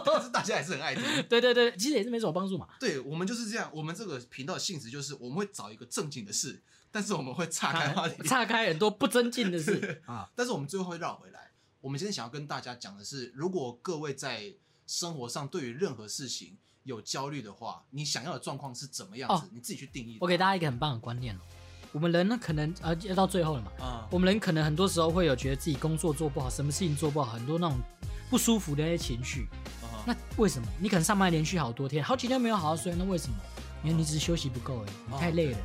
[SPEAKER 2] 但是大家还是很爱听。
[SPEAKER 1] 对对对，其实也是没什么帮助嘛。
[SPEAKER 2] 对我们就是这样，我们这个频道的性质就是我们会找一个正经的事，但是我们会岔开话题，
[SPEAKER 1] 岔开很多不增进的事 啊。
[SPEAKER 2] 但是我们最后会绕回来。我们今天想要跟大家讲的是，如果各位在生活上对于任何事情有焦虑的话，你想要的状况是怎么样子，
[SPEAKER 1] 哦
[SPEAKER 2] 你自己去定义。
[SPEAKER 1] 我给大家一个很棒的观念哦，我们人呢可能呃要到最后了嘛，
[SPEAKER 2] 啊，
[SPEAKER 1] 我们人可能很多时候会有觉得自己工作做不好，什么事情做不好，很多那种不舒服的那些情绪。
[SPEAKER 2] 嗯
[SPEAKER 1] 那为什么？你可能上班连续好多天，好几天没有好好睡，那为什么？因为你只是休息不够而已，你太累了。
[SPEAKER 2] 哦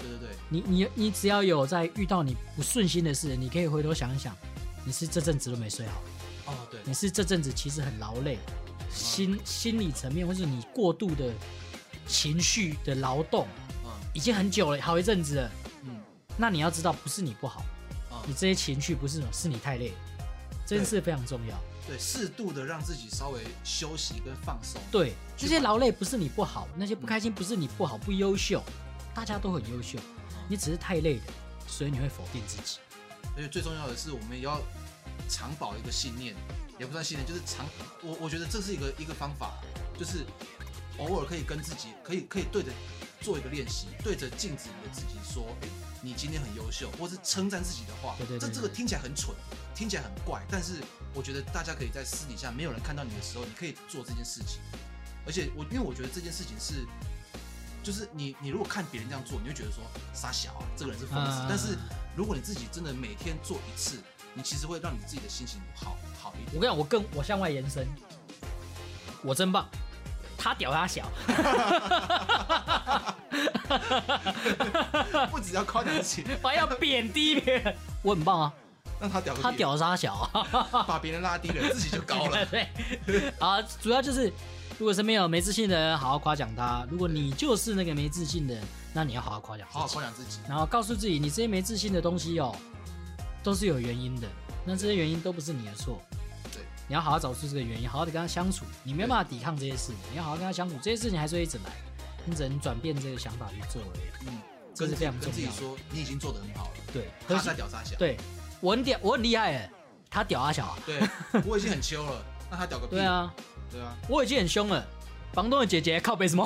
[SPEAKER 2] 对对对，
[SPEAKER 1] 你你你只要有在遇到你不顺心的事，你可以回头想一想，你是这阵子都没睡好，
[SPEAKER 2] 哦对，
[SPEAKER 1] 你是这阵子其实很劳累，
[SPEAKER 2] 哦
[SPEAKER 1] 心心理层面或是你过度的情绪的劳动，
[SPEAKER 2] 嗯
[SPEAKER 1] 已经很久了，好一阵子了。
[SPEAKER 2] 嗯
[SPEAKER 1] 那你要知道，不是你不好，你
[SPEAKER 2] 嗯，
[SPEAKER 1] 这些情绪不是什么，是你太累了，这件
[SPEAKER 2] 对
[SPEAKER 1] 事非常重要。
[SPEAKER 2] 对，适度的让自己稍微休息跟放松。
[SPEAKER 1] 嗯对，这些劳累不是你不好，那些不开心不是你不好不优秀，大家都很优秀，你只是太累了，所以你会否定自己。
[SPEAKER 2] 而且最重要的是，我们也要长保一个信念，也不算信念，就是长。我我觉得这是一个一个方法，就是偶尔可以跟自己，可以可以对着做一个练习，对着镜子里的自己说：“哎、你今天很优秀。”或是称赞自己的话。
[SPEAKER 1] 对对对
[SPEAKER 2] 这这
[SPEAKER 1] 对
[SPEAKER 2] 个
[SPEAKER 1] 对
[SPEAKER 2] 听起来很蠢，听起来很怪，但是我觉得大家可以在私底下没有人看到你的时候，你可以做这件事情。而且我因为我觉得这件事情是。就是你，你如果看别人这样做，你会觉得说傻小啊，这个人是疯子。
[SPEAKER 1] 啊
[SPEAKER 2] 但是如果你自己真的每天做一次，你其实会让你自己的心情好好 一点。
[SPEAKER 1] 我跟你讲，我更我向外延伸，我真棒，他屌他小，
[SPEAKER 2] 不只要夸奖 自己，
[SPEAKER 1] 我还要贬低别人，我很棒啊，
[SPEAKER 2] 让他屌个
[SPEAKER 1] 他
[SPEAKER 2] 屁，
[SPEAKER 1] 屌他小啊，
[SPEAKER 2] 把别人拉低了，自己就高了。
[SPEAKER 1] 对，啊，主要就是如果身边有没自信的人，好好夸奖他；如果你就是那个没自信的人，那你要好好夸奖自
[SPEAKER 2] 好好
[SPEAKER 1] 己，
[SPEAKER 2] 夸奖自己，
[SPEAKER 1] 然后告诉自己，你这些没自信的东西哦，都是有原因的，那这些原因都不是你的错。
[SPEAKER 2] 对，
[SPEAKER 1] 你要好好找出这个原因，好好的跟他相处。你没有办法抵抗这些事，你要好好跟他相处，这些事情还是会一直来，你只能转变这个想法去做而已。
[SPEAKER 2] 嗯，
[SPEAKER 1] 这
[SPEAKER 2] 跟
[SPEAKER 1] 是
[SPEAKER 2] 自
[SPEAKER 1] 非
[SPEAKER 2] 己
[SPEAKER 1] 常
[SPEAKER 2] 跟自己
[SPEAKER 1] 重要
[SPEAKER 2] 说，你已经做得很好了。
[SPEAKER 1] 对，
[SPEAKER 2] 他
[SPEAKER 1] 可
[SPEAKER 2] 在
[SPEAKER 1] 是
[SPEAKER 2] 屌傻小，
[SPEAKER 1] 对我很屌，我很厉害哎，他屌阿小啊，
[SPEAKER 2] 对， 我已经很秋了，那他屌个屁。
[SPEAKER 1] 对，啊，
[SPEAKER 2] 对啊，
[SPEAKER 1] 我已经很凶了，房东的姐姐靠背 什么？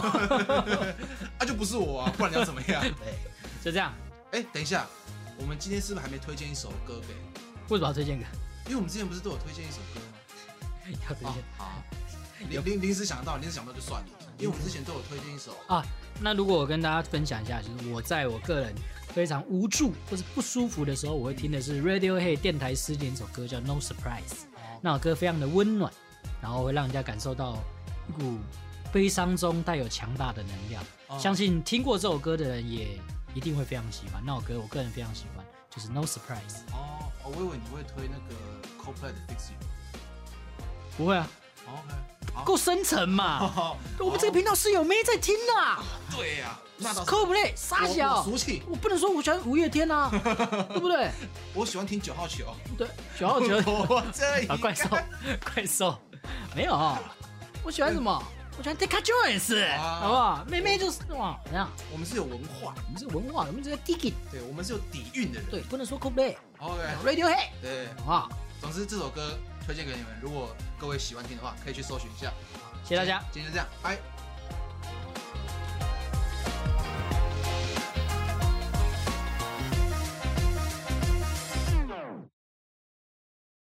[SPEAKER 2] 啊就不是我啊，不然你要怎么样？
[SPEAKER 1] 对， 就这样。
[SPEAKER 2] 哎，等一下，我们今天是不是还没推荐一首歌给？
[SPEAKER 1] 为什么要推荐歌？
[SPEAKER 2] 因为我们之前不是都有推荐一首歌吗？
[SPEAKER 1] 要推
[SPEAKER 2] 啊
[SPEAKER 1] 荐，
[SPEAKER 2] 好，临临临时想到，临时想不到就算了，因为我们之前都有推荐一首。
[SPEAKER 1] 啊。那如果我跟大家分享一下，就是我在我个人非常无助或是不舒服的时候，我会听的是 Radiohead 电台师姐一首歌叫《No Surprise》。那首歌非常的温暖，然后会让人家感受到一股悲伤中带有强大的能量。
[SPEAKER 2] 哦
[SPEAKER 1] 相信听过这首歌的人也一定会非常喜欢。那首歌我个人非常喜欢，就是《No Surprise》。
[SPEAKER 2] 哦，哦我以为你会推那个 Coldplay 的 Fix You。
[SPEAKER 1] 不会啊，
[SPEAKER 2] 哦 OK，好
[SPEAKER 1] 够深沉嘛！
[SPEAKER 2] 哦
[SPEAKER 1] 我们这个频道是有妹在听的、啊。
[SPEAKER 2] 对呀，那倒是。
[SPEAKER 1] Coldplay 傻
[SPEAKER 2] 我
[SPEAKER 1] 小
[SPEAKER 2] 我，俗气，
[SPEAKER 1] 我不能说我喜欢五月天 啊，对不对？
[SPEAKER 2] 我喜欢听九号球。
[SPEAKER 1] 对，哦九号球
[SPEAKER 2] 我这一
[SPEAKER 1] 啊，怪兽
[SPEAKER 2] 看，
[SPEAKER 1] 怪兽，没有，我喜欢什么？我喜欢 Take a Jones，
[SPEAKER 2] 啊
[SPEAKER 1] 好不好？妹妹就是哇，怎样？
[SPEAKER 2] 我们是有文化，
[SPEAKER 1] 我们是文化，我们是个 digging，
[SPEAKER 2] 对，我们是有底蕴的人。哦
[SPEAKER 1] 对，不能说 Coldplay，Radiohead，
[SPEAKER 2] ，OK，对，
[SPEAKER 1] 好不好？
[SPEAKER 2] 总之这首歌推荐给你们，如果各位喜欢听的话，可以去搜寻一下。
[SPEAKER 1] 谢谢大家。
[SPEAKER 2] 今天就这样，拜。